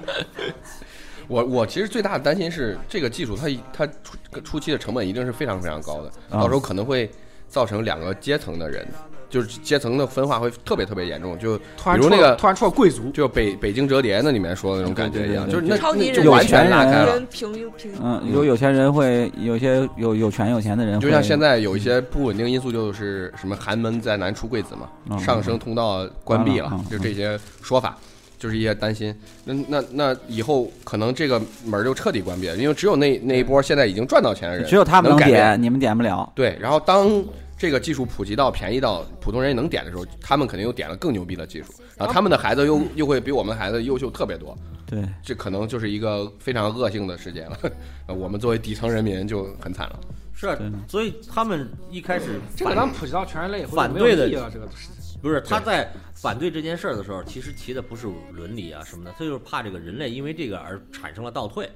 A: 我我其实最大的担心是这个技术它它初初期的成本一定是非常非常高的，
F: 啊
A: 到时候可能会造成两个阶层的人，就是阶层的分化会特别特别严重，就
B: 突
A: 比
B: 然
A: 如
B: 出了
A: 那个
B: 突然出了贵族，
A: 就北北京折叠那里面说的那种感觉一样，
F: 对
A: 就是
F: 对
A: 那
F: 对
E: 超级
A: 那
E: 人
A: 就完全拉开了。
E: 跟平平
F: 嗯，有有钱人会有些有有权有钱的人会，
A: 就像现在有
F: 嗯
A: 一些不稳定因素，就是什么寒门再难出贵子嘛，
F: 嗯
A: 上升通道关闭
F: 关了
A: 了
F: 嗯，
A: 就这些说法，就是一些担心。那那那以后可能这个门儿就彻底关闭了，因为只有那那一波现在已经赚到钱的人，
F: 只有他们
A: 能
F: 能
A: 改变
F: 点，你们点不了。
A: 对，然后当这个技术普及到便宜到普通人也能点的时候，他们肯定又点了更牛逼的技术，然后他们的孩子又
F: 嗯
A: 又会比我们的孩子优秀特别多，
F: 对，
A: 这可能就是一个非常恶性的事件了。 呃我们作为底层人民就很惨了。
G: 是啊
F: 对，
G: 所以他们一开始
B: 这个咱们普及到全人类以后
G: 反
B: 就没有
G: 对的
B: 意义了，这个事情。
G: 不是他在反对这件事儿的时候，其实提的不是伦理啊什么的，他就是怕这个人类因为这个而产生了倒退，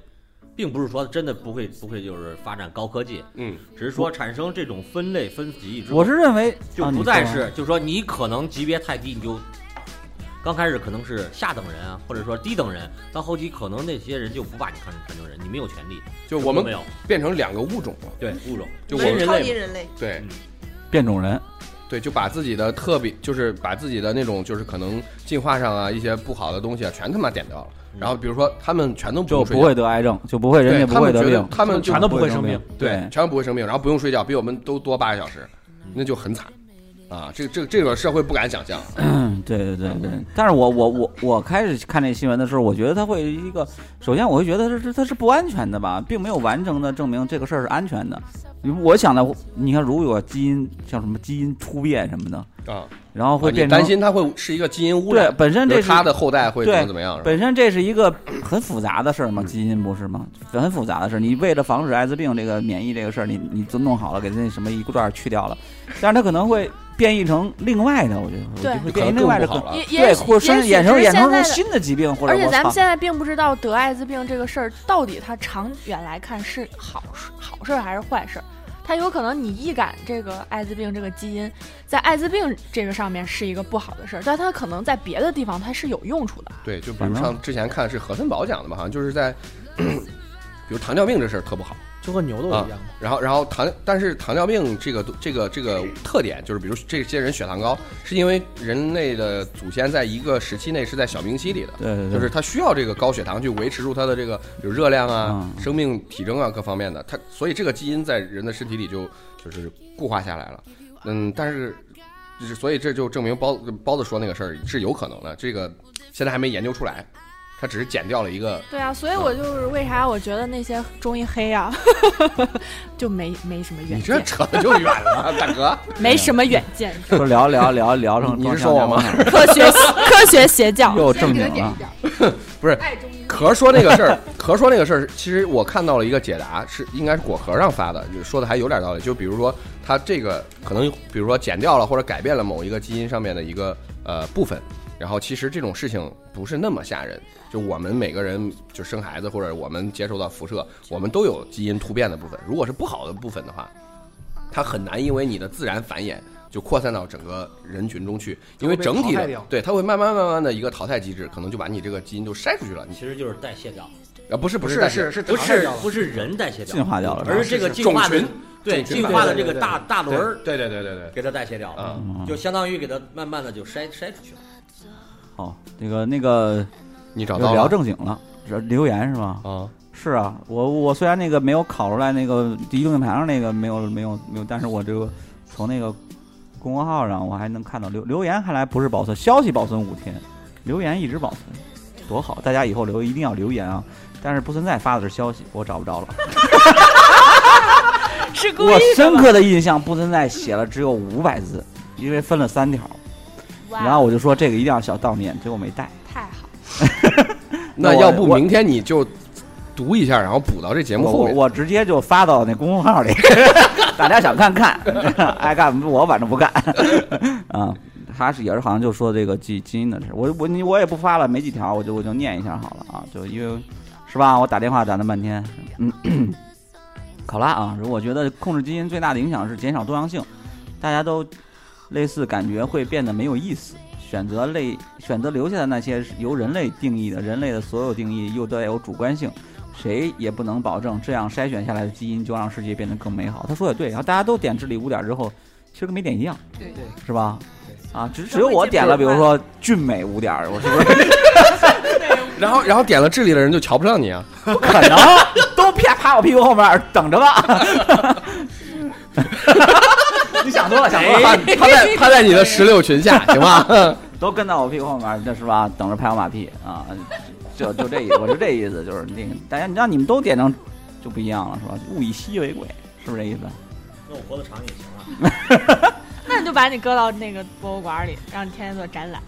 G: 并不是说真的不会不会就是发展高科技，
A: 嗯，
G: 只是说产生这种分类分级之后，
F: 我是认为
G: 就
F: 啊
G: 不
F: 你
G: 再
F: 说
G: 是，就是说你可能级别太低，你就刚开始可能是下等人啊，或者说低等人，到后期可能那些人就不把你看成全球人，你没有权利，
A: 就我们
G: 没有
A: 变成两个物种了，
G: 对物种，
A: 就
G: 所以
A: 我
G: 人
E: 超级
G: 类
E: 人类，
A: 对
F: 变种人，
A: 对，就把自己的特别，就是把自己的那种，就是可能进化上啊一些不好的东西啊，全他妈点掉了。然后比如说他们全都不
F: 就
A: 用睡
F: 不
A: 觉
F: 会，得癌症，就不会人
A: 对
F: 家
A: 他
F: 不会
A: 们
F: 得
A: 觉
F: 病
A: 得，他们就
B: 全都不会生病
F: 病。
A: 对，全都不会生病，然后不用睡觉，比我们都多八个小时，那就很惨啊！这这这个社会不敢想象，啊
F: 嗯，对对对对，但是我我我我开始看这新闻的时候，我觉得它会一个，首先我会觉得它是它是不安全的吧，并没有完整的证明这个事儿是安全的。因为我想的，你看如果基因像什么基因突变什么的，
A: 啊，
F: 然后会
A: 你
F: 变成、
A: 担心它会是一个基因污
F: 对
A: 染，
F: 本身
A: 就
F: 这
A: 是
F: 是
A: 它的后代会怎么
F: 对
A: 怎么样？是吧
F: 本身这是一个很复杂的事儿嘛，基因不是吗？很复杂的事儿。你为了防止艾滋病这个免疫这个事儿，你你都弄好了，给那什么一段儿去掉了，但是它可能会变异成另外的，我觉得我觉得
D: 对
F: 会
A: 可
F: 变异
A: 能
F: 另
A: 更
F: 外的
A: 不
F: 更
A: 好了
D: 也。
F: 对，
D: 也
F: 或者
D: 也
F: 甚至
D: 许
F: 衍生
D: 是
F: 衍
D: 现
F: 生
D: 在
F: 出
D: 的
F: 新的疾病，或者
D: 而且
F: 我
D: 咱们
F: 操
D: 现在并不知道得艾滋病这个事儿到底它长远来看是好事好事儿还是坏事儿。它有可能你易感这个艾滋病这个基因，在艾滋病这个上面是一个不好的事儿，但它可能在别的地方它是有用处的。
A: 对，就比如
F: 反正
A: 上之前看是何森宝讲的吧，好像就是在，比如糖尿病这事儿特不好。
B: 就和牛都
A: 啊
B: 一样嘛。
A: 然后，然后糖，但是糖尿病这个这个这个特点就是，比如这些人血糖高，是因为人类的祖先在一个时期内是在小冰期里的，
F: 对对对，
A: 就是他需要这个高血糖去维持住他的这个，比如热量啊、
F: 嗯
A: 生命体征啊各方面的，他所以这个基因在人的身体里就就是固化下来了。嗯，但是就是所以这就证明包包子说那个事儿是有可能的，这个现在还没研究出来，他只是减掉了一个
D: 对啊，所以我就是为啥我觉得那些中医黑啊， 就没没什么远
A: 你这
D: 见，
A: 扯得就远了，大哥。
D: 没什么远见，
F: 说聊聊聊聊上，
A: 你是说我吗？
D: 科学科学 邪教。
F: 又
C: 先
F: 正
C: 给他
F: 经
C: 点
A: 啊
F: 了
C: 一，点儿，
A: 不是
C: 爱中医。
A: 壳说那个事儿， 壳说那个事儿，其实我看到了一个解答，是应该是果壳上发的，就说的还有点道理。就比如说，它这个可能，比如说减掉了或者改变了某一个基因上面的一个呃部分，然后其实这种事情不是那么吓人，就我们每个人就生孩子或者我们接受到辐射，我们都有基因突变的部分。如果是不好的部分的话，它很难因为你的自然繁衍就扩散到整个人群中去，因为整体
B: 它会被淘汰
A: 的
B: 掉
A: 对它会慢慢慢慢的一个淘汰机制，可能就把你这个基因都筛出去了。你
G: 其实就是代谢掉，
A: 啊不是不
B: 不
A: 是
B: 是
A: 但
B: 是是
G: 不
B: 淘汰
G: 是
B: 掉了
G: 不是人代谢掉，
F: 进化掉了是吧
G: 而是这个
A: 是是
G: 进化
A: 种
G: 的
A: 群
G: 对
A: 种群
G: 进化的
B: 对
G: 这
B: 对
G: 个
B: 对
G: 大大轮儿
A: 对对对对对对
G: 给它代谢掉了，
F: 嗯
A: 啊
G: 就相当于给它慢慢的就筛筛出去了。
F: 好，那个那个
A: 你找到
F: 聊
A: 了
F: 正经了，是留言是吧？
A: 啊
F: 是啊，我我虽然那个没有考出来那个第一动奖台上那个没有没有没有，但是我这个从那个公众号上我还能看到留留言，看来不是保存消息保存五天，留言一直保存，多好！大家以后留一定要留言啊。但是不存在发的是消息，我找不着了。
D: 是故
F: 我
D: 意的
F: 深
D: 吗。
F: 刻的印象，不存在写了只有五百字，因为分了三条。
D: 哇
F: 然后我就说这个一定要小悼念，结果没带。
D: 太好了，
A: 那
F: 我
A: 要不
F: 我
A: 明天你就读一下，然后补到这节目
F: 我
A: 后
F: 我
A: 面。
F: 我直接就发到那公众 号里，大家想看看，爱干不我反正不 干。啊，他是也是好像就说这个基基因的事，我我你我也不发了，没几条，我就我就念一下好了啊，就因为是吧？我打电话打了半天，嗯，考拉啊，如果觉得控制基因最大的影响是减少多样性，大家都类似感觉会变得没有意思。选择类选择留下的那些由人类定义的，人类的所有定义又带有主观性，谁也不能保证这样筛选下来的基因就让世界变得更美好。他说的对，然后大家都点智力五点之后，其实跟没点一样，
E: 对
B: 对
F: 是吧？啊，只只
E: 社
F: 有
E: 会
F: 我
E: 进
F: 点
E: 步
F: 了，比如
E: 快
F: 说俊美五点儿，我是不是
A: 然后然后点了智力的人就瞧不上你啊。
F: 不可 能？都啪趴我屁股后面儿等着吧。你想多了，想多了。
A: 趴
E: 哎
A: 趴在趴在你的石榴裙下，行吗？
F: 都跟到我屁股后面儿，这是吧？等着拍我马屁啊！就就这意思，我就这意思，就是那个大家，你让你们都点成就不一样了，是吧？物以稀为贵，是不是这意思？
G: 那我活得长也行啊。
D: 那你就把你搁到那个博物馆里，让你天天做展览。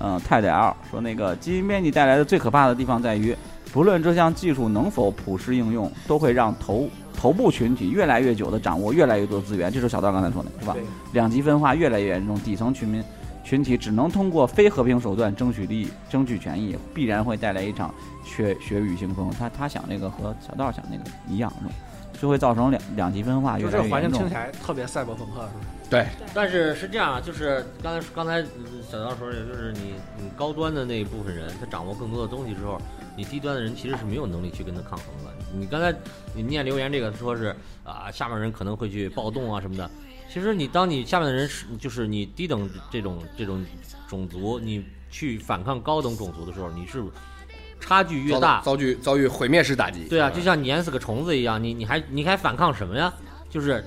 F: 嗯，泰德 L 说那个基因编辑带来的最可怕的地方在于，不论这项技术能否普适应用，都会让头头部群体越来越久的掌握越来越多资源，这就是小道刚才说的，是吧
B: 对？
F: 两极分化越来越严重，底层群民群体只能通过非和平手段争取利益、争取权益，必然会带来一场血血雨腥风。他他想那个和小道想那个一样，是吧就会造成两两极分化越
B: 就
F: 来
B: 这
F: 越
B: 个环
F: 严
B: 境
F: 重
B: 听起。来特别赛博朋克，是吧
G: 但是是这样啊，就是刚才刚才嗯小道说的，就是你你高端的那一部分人，他掌握更多的东西之后，你低端的人其实是没有能力去跟他抗衡的。你刚才你念留言这个说是啊，下面人可能会去暴动啊什么的。其实你当你下面的人是就是你低等这种这种种族，你去反抗高等种族的时候，你是差距越大，
A: 遭遇遭遇毁灭式打击。
G: 对啊，就像碾死个虫子一样，你你还你还反抗什么呀？就是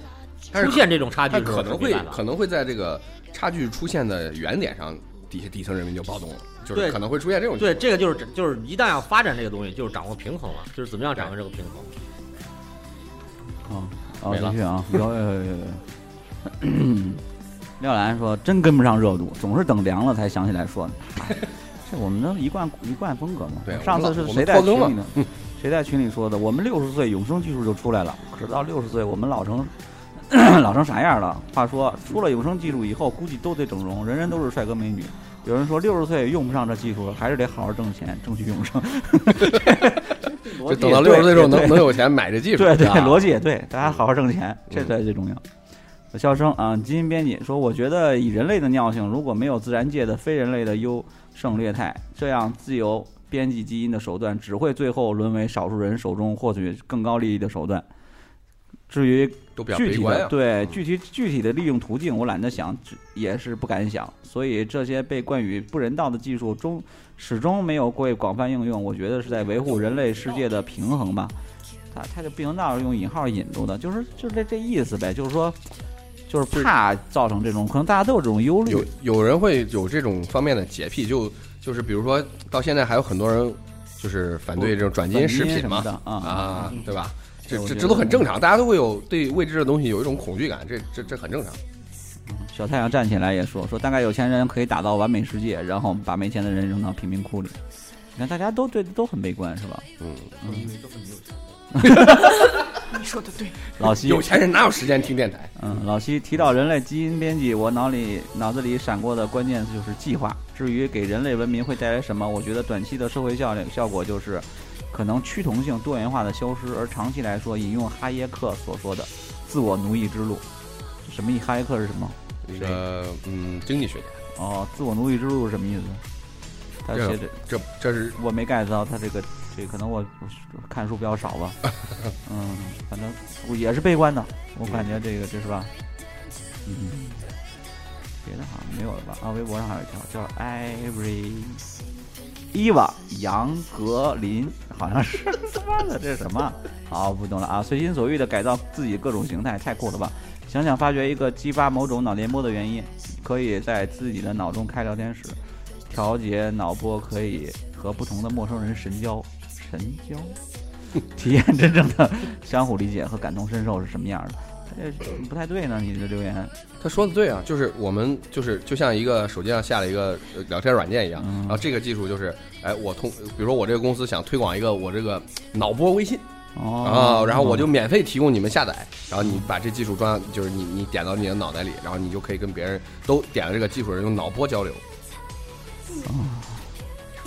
A: 但是
G: 出现这种差距
A: 他
G: 的时候
A: 可
G: 是
A: 能
G: 没
A: 会
G: 办法的
A: 可能会在这个差距出现的原点上，底下底层人民就暴动了，就是
G: 对
A: 可能会出现这种情
G: 对，
A: 况。
G: 这个就是就是一旦要发展这个东西，就是掌握平衡了，就是怎么样掌握这个平衡。
F: 啊，啊
A: 没了
F: 继续啊，有有有有有。 廖兰说：“真跟不上热度，总是等凉了才想起来说。哎这我们的一贯一贯风格嘛。
A: 对
F: 上
A: 我
F: 次
A: 们老
F: 是
A: 我们
F: 谁在
A: 拖
F: 群
A: 更
F: 里呢？谁在群里说的？我们六十岁永生技术就出来了，直到六十岁我们老成 老成啥样了？话说，出了永生技术以后，估计都得整容，人人都是帅哥美女。有人说六十岁用不上这技术，还是得好好挣钱，争取永生。
A: 就等到六十岁之后能能有钱买这技术，
F: 对对，
A: 啊嗯
F: 逻辑也对，大家好好挣钱，这才最重要。笑声啊，基因编辑说，我觉得以人类的尿性，如果没有自然界的非人类的优胜劣汰，这样自由编辑基因的手段，只会最后沦为少数人手中获取更高利益的手段。至于
A: 都比较
F: 具
A: 悲
F: 体
A: 观
F: 的
A: 啊。
F: 对
A: 嗯
F: 具体具体的利用途径，我懒得想，只也是不敢想。所以这些被冠以不人道的技术中，始终没有过广泛应用。我觉得是在维护人类世界的平衡吧。他他这不人道是用引号引住的，就是就是这这意思呗，就是说，就是怕造成这种，可能大家都有这种忧虑
A: 有。有人会有这种方面的洁癖，就就是比如说到现在还有很多人就是反对这种转基因食品
F: 什么
A: 嘛
F: 的啊，
A: 啊，对吧？这
F: 对我
A: 这
F: 觉
A: 这都
F: 得
A: 很正常，大家都会有对未知的东西有一种恐惧感，这这这很正常。
F: 小太阳站起来也说说，大概有钱人可以打造完美世界，然后把没钱的人扔到贫民窟里。你看大家都对都很悲观是吧？
A: 嗯，
F: 嗯
C: 你说的
F: 老西
A: 有钱人哪有时间听电台？
F: 嗯，老西提到人类基因编辑，我脑里脑子里闪过的关键就是计划。至于给人类文明会带来什么，我觉得短期的社会效效果就是，可能趋同性多元化的消失，而长期来说，引用哈耶克所说的“自我奴役之路”，什么意？哈耶克是什么？
A: 那个嗯，经济学家，
F: 哦，自我奴役之路是什么意思？他
A: 这
F: 写的
A: 这这是
F: 我没 get 到他这个，这可能我我看书比较少吧。嗯，反正我也是悲观的，我感觉这个这是吧？嗯，别的好像没有了吧？啊，微博上还有一条叫 Every。伊娃杨格林好像是他妈的这是什么？好，不懂了啊！随心所欲的改造自己各种形态，太酷了吧！想想发掘一个激发某种脑电波的原因，可以在自己的脑中开聊天室，调节脑波，可以和不同的陌生人神交，神 交，体验真正的相互理解和感同身受是什么样的。他这不太对呢，你的留言，
A: 他说的对啊，就是我们就是就像一个手机上下了一个呃聊天软件一样，
F: 嗯
A: 然后这个技术就是，哎，我通，比如说我这个公司想推广一个我这个脑波微信啊、
F: 哦，
A: 然后我就免费提供你们下载，然后你把这技术装上，就是你你点到你的脑袋里，然后你就可以跟别人都点了这个技术人用脑波交流。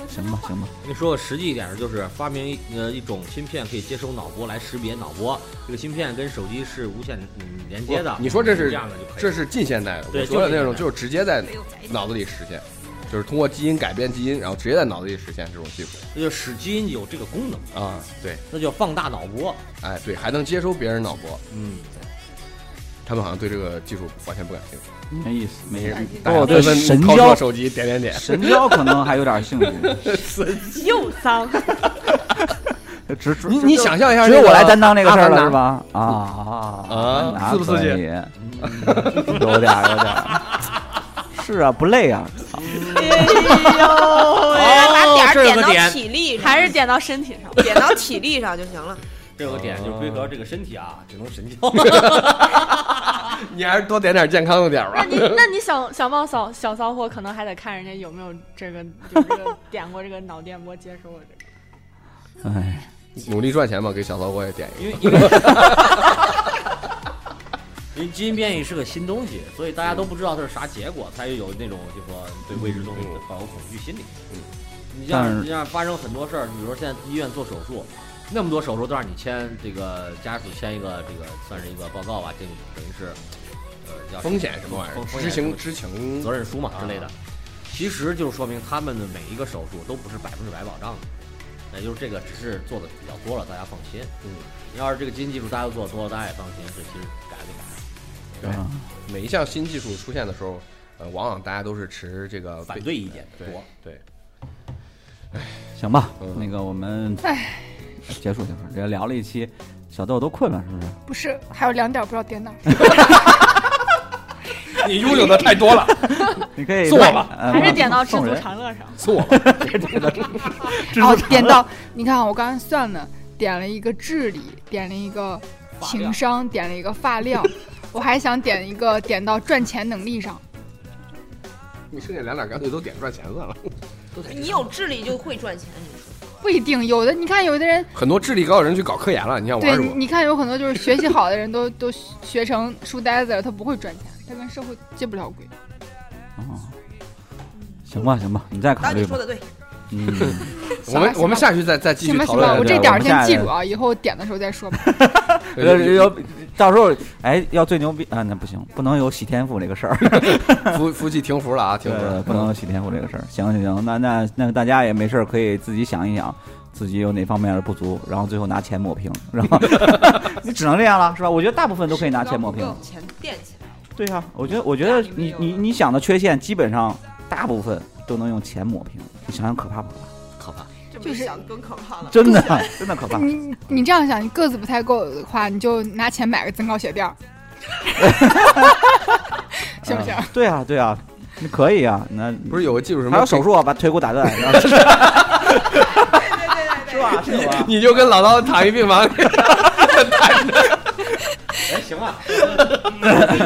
F: 行吧，行吧，
G: 你说个实际一点的，就是发明一呃一种芯片可以接收脑波来识别脑波，这个芯片跟手机是无线嗯连接的。
A: 你说这是
G: 这样的就可以了。
A: 这是近现代的，
G: 对
A: 我说的那种
G: 就
A: 就是直接在脑子里实现，就是通过基因改变基因，然后直接在脑子里实现这种技术
G: 那就使基因有这个功能，
A: 啊，对，
G: 那叫放大脑波。
A: 哎，对，还能接收别人脑波，
G: 嗯，
A: 他们好像对这个技术完全不感兴趣。
F: 没意思，没意思。
A: 大家
F: 哦对
A: 纷纷
F: 神
A: 掏出
F: 交
A: 手机点点点，
F: 神交可能还有点兴趣，
D: 又脏，
F: 只只
A: 你你想象一下，
F: 只有我来担当这
A: 这
F: 个事儿了是
A: 吧？
F: 吧？啊啊
A: 啊刺不刺激
F: 激？有点儿有点儿。是啊，不累啊，
D: 哦哎
E: 把
G: 哦这
E: 点儿点
G: 有个
E: 到
G: 点
E: 体力上，
D: 还是点到身体上。
E: 点到体力上就行了。
G: 这有个点
A: 哦
G: 就是归合这个身体啊，只能 神交。
A: 你还是多点点健康的点儿
D: 那
A: 吧。
D: 你那你想想冒骚小骚货，可能还得看人家有没有这个有这个点过这个脑电波接收过这个。
F: 哎，
A: 努力赚钱嘛，给小骚货也点一
G: 因为因为因为基因变异是个新东西，所以大家都不知道它是啥结果，才有那种就说对未知东西的
A: 嗯
G: 抱有恐惧心理。你
F: 但是
G: 像你像发生很多事儿，比如说现在医院做手术，那么多手术都让你签这个家属签一个这个算是一个报告吧，这个等于是呃叫
A: 个，风险什么玩意儿
G: 风？风
A: 知
G: 险什
A: 情
G: 么
A: 知情
G: 责任书嘛之类的
A: 啊，
G: 其实就说明他们的每一个手术都不是百分之百保障的，也就是这个只是做的比较多了，大家放心。
A: 嗯，
G: 要是这个基因技术大家都做得多了，大家也放心，这其实改就改了。
A: 对
F: 啊
A: 每一项新技术出现的时候，呃，往往大家都是持这个
G: 反对意见
A: 对
G: 多。
A: 对，
F: 行吧
A: 嗯，
F: 那个我们结束结束，这聊了一期，小豆都困了是不是？
C: 不是，还有两点儿不知道点哪儿。
A: 你拥有的太多 了，
F: 你可以
A: 坐吧
F: 呃
D: 还是点到知
F: 送
D: 足
F: 人
D: 常乐上，
A: 是我吧？
C: 哦，点到你看啊，我刚刚算了，点了一个智力，点了一个情商，点了一个发量， 我还想点一个点到赚钱能力上。
A: 你剩下两点干脆都点赚钱算了。
E: 你有智力就会赚钱，你说
C: 不一定，有的你看，有的人
A: 很多智力高的人去搞科研了，你像我
C: 对
A: 二
C: 你，
A: 叔，
C: 你看有很多就是学习好的人都都学成书呆子了，他不会赚钱，他跟社会接不了轨。
F: 哦行吧行吧，你再考
E: 当
F: 虑
E: 你说。
F: 吧
E: 的对，
F: 嗯，
A: 我们
C: 行吧
A: 我们下去再再继
C: 行
A: 续
C: 吧
A: 讨
C: 行
A: 论
C: 吧，
F: 对
C: 我
F: 对
C: 这点儿
F: 我们下
C: 先
F: 一
C: 记
F: 个
C: 住啊，以后点的时候再说吧。
A: 呃
F: 呃有有，到时候哎要对牛逼啊，那不行，不能有洗天赋这个事儿。
A: 夫夫妻停服了啊，停
F: 对
A: 服了，
F: 不能有洗天赋这个事儿。行行行，那那那大家也没事儿，可以自己想一想，自己有哪方面的不足，然后最后拿钱抹平，然 后你只能这样了，是吧？我觉得大部分都可以拿钱抹平。
E: 钱垫起来。
F: 对啊，我觉得我觉得你你你想的缺陷，基本上大部分都能用钱抹平。你想想可怕不可怕？
G: 可怕，
E: 这
C: 就是
E: 想更可怕了。
F: 真的真的可怕。
C: 你你这样想，你个子不太够的话，你就拿钱买个增高鞋垫儿，行不行？
F: 嗯对啊对啊，你可以啊，那
A: 不是有个技术什么
F: 还有手术啊，把腿骨打断，然后是吧？是吧？
A: 你就跟老刀躺一病房，
G: 哎，行吧，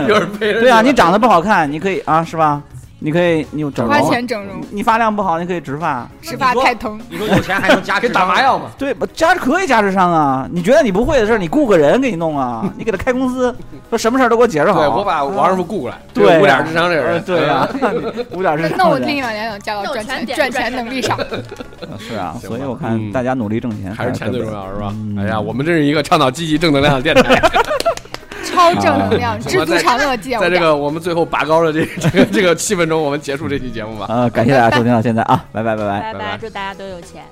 A: 就是被人
F: 对啊，你长得不好看，你可以啊，是吧？你可以你有整
C: 花
F: 容啊，
C: 钱整容，
F: 你发量不好，你可以植发。
C: 植发太疼，
G: 你说有钱还能加
A: 给
G: 智
A: 打
G: 商
A: 麻药嘛？
F: 对，加可以加智商啊！你觉得你不会的事儿，你雇个人给你弄啊，你给他开公司，说什么事儿都给我解释好。
A: 对，我把王师傅雇过来，
F: 对
A: 五点智商这个
F: 呃
A: 人，哎
F: 对啊， 五点智
C: 那
F: 商。
C: 那我另一两年想加到
D: 那我
C: 赚
D: 全
C: 钱
D: 点
C: 赚
D: 赚
C: 钱
D: 钱
C: 能 力上，
F: 是啊，
A: 行吧
F: 所以我看
A: 嗯
F: 大家努力挣钱
A: 还是
F: 是
A: 钱最
F: 根
A: 重
F: 本。
A: 要是吧
F: 嗯？
A: 哎呀，我们这是一个倡导积极正能量的电台，
C: 超正能量，知足常乐，见
A: 啊在这
C: 我点。
A: 个我们最后拔高的这这个这个气氛中，我们结束这期节目吧。
F: 呃，感谢大家收听到现在啊，拜拜拜拜。
D: 拜
A: 拜拜
D: 祝大家都有钱。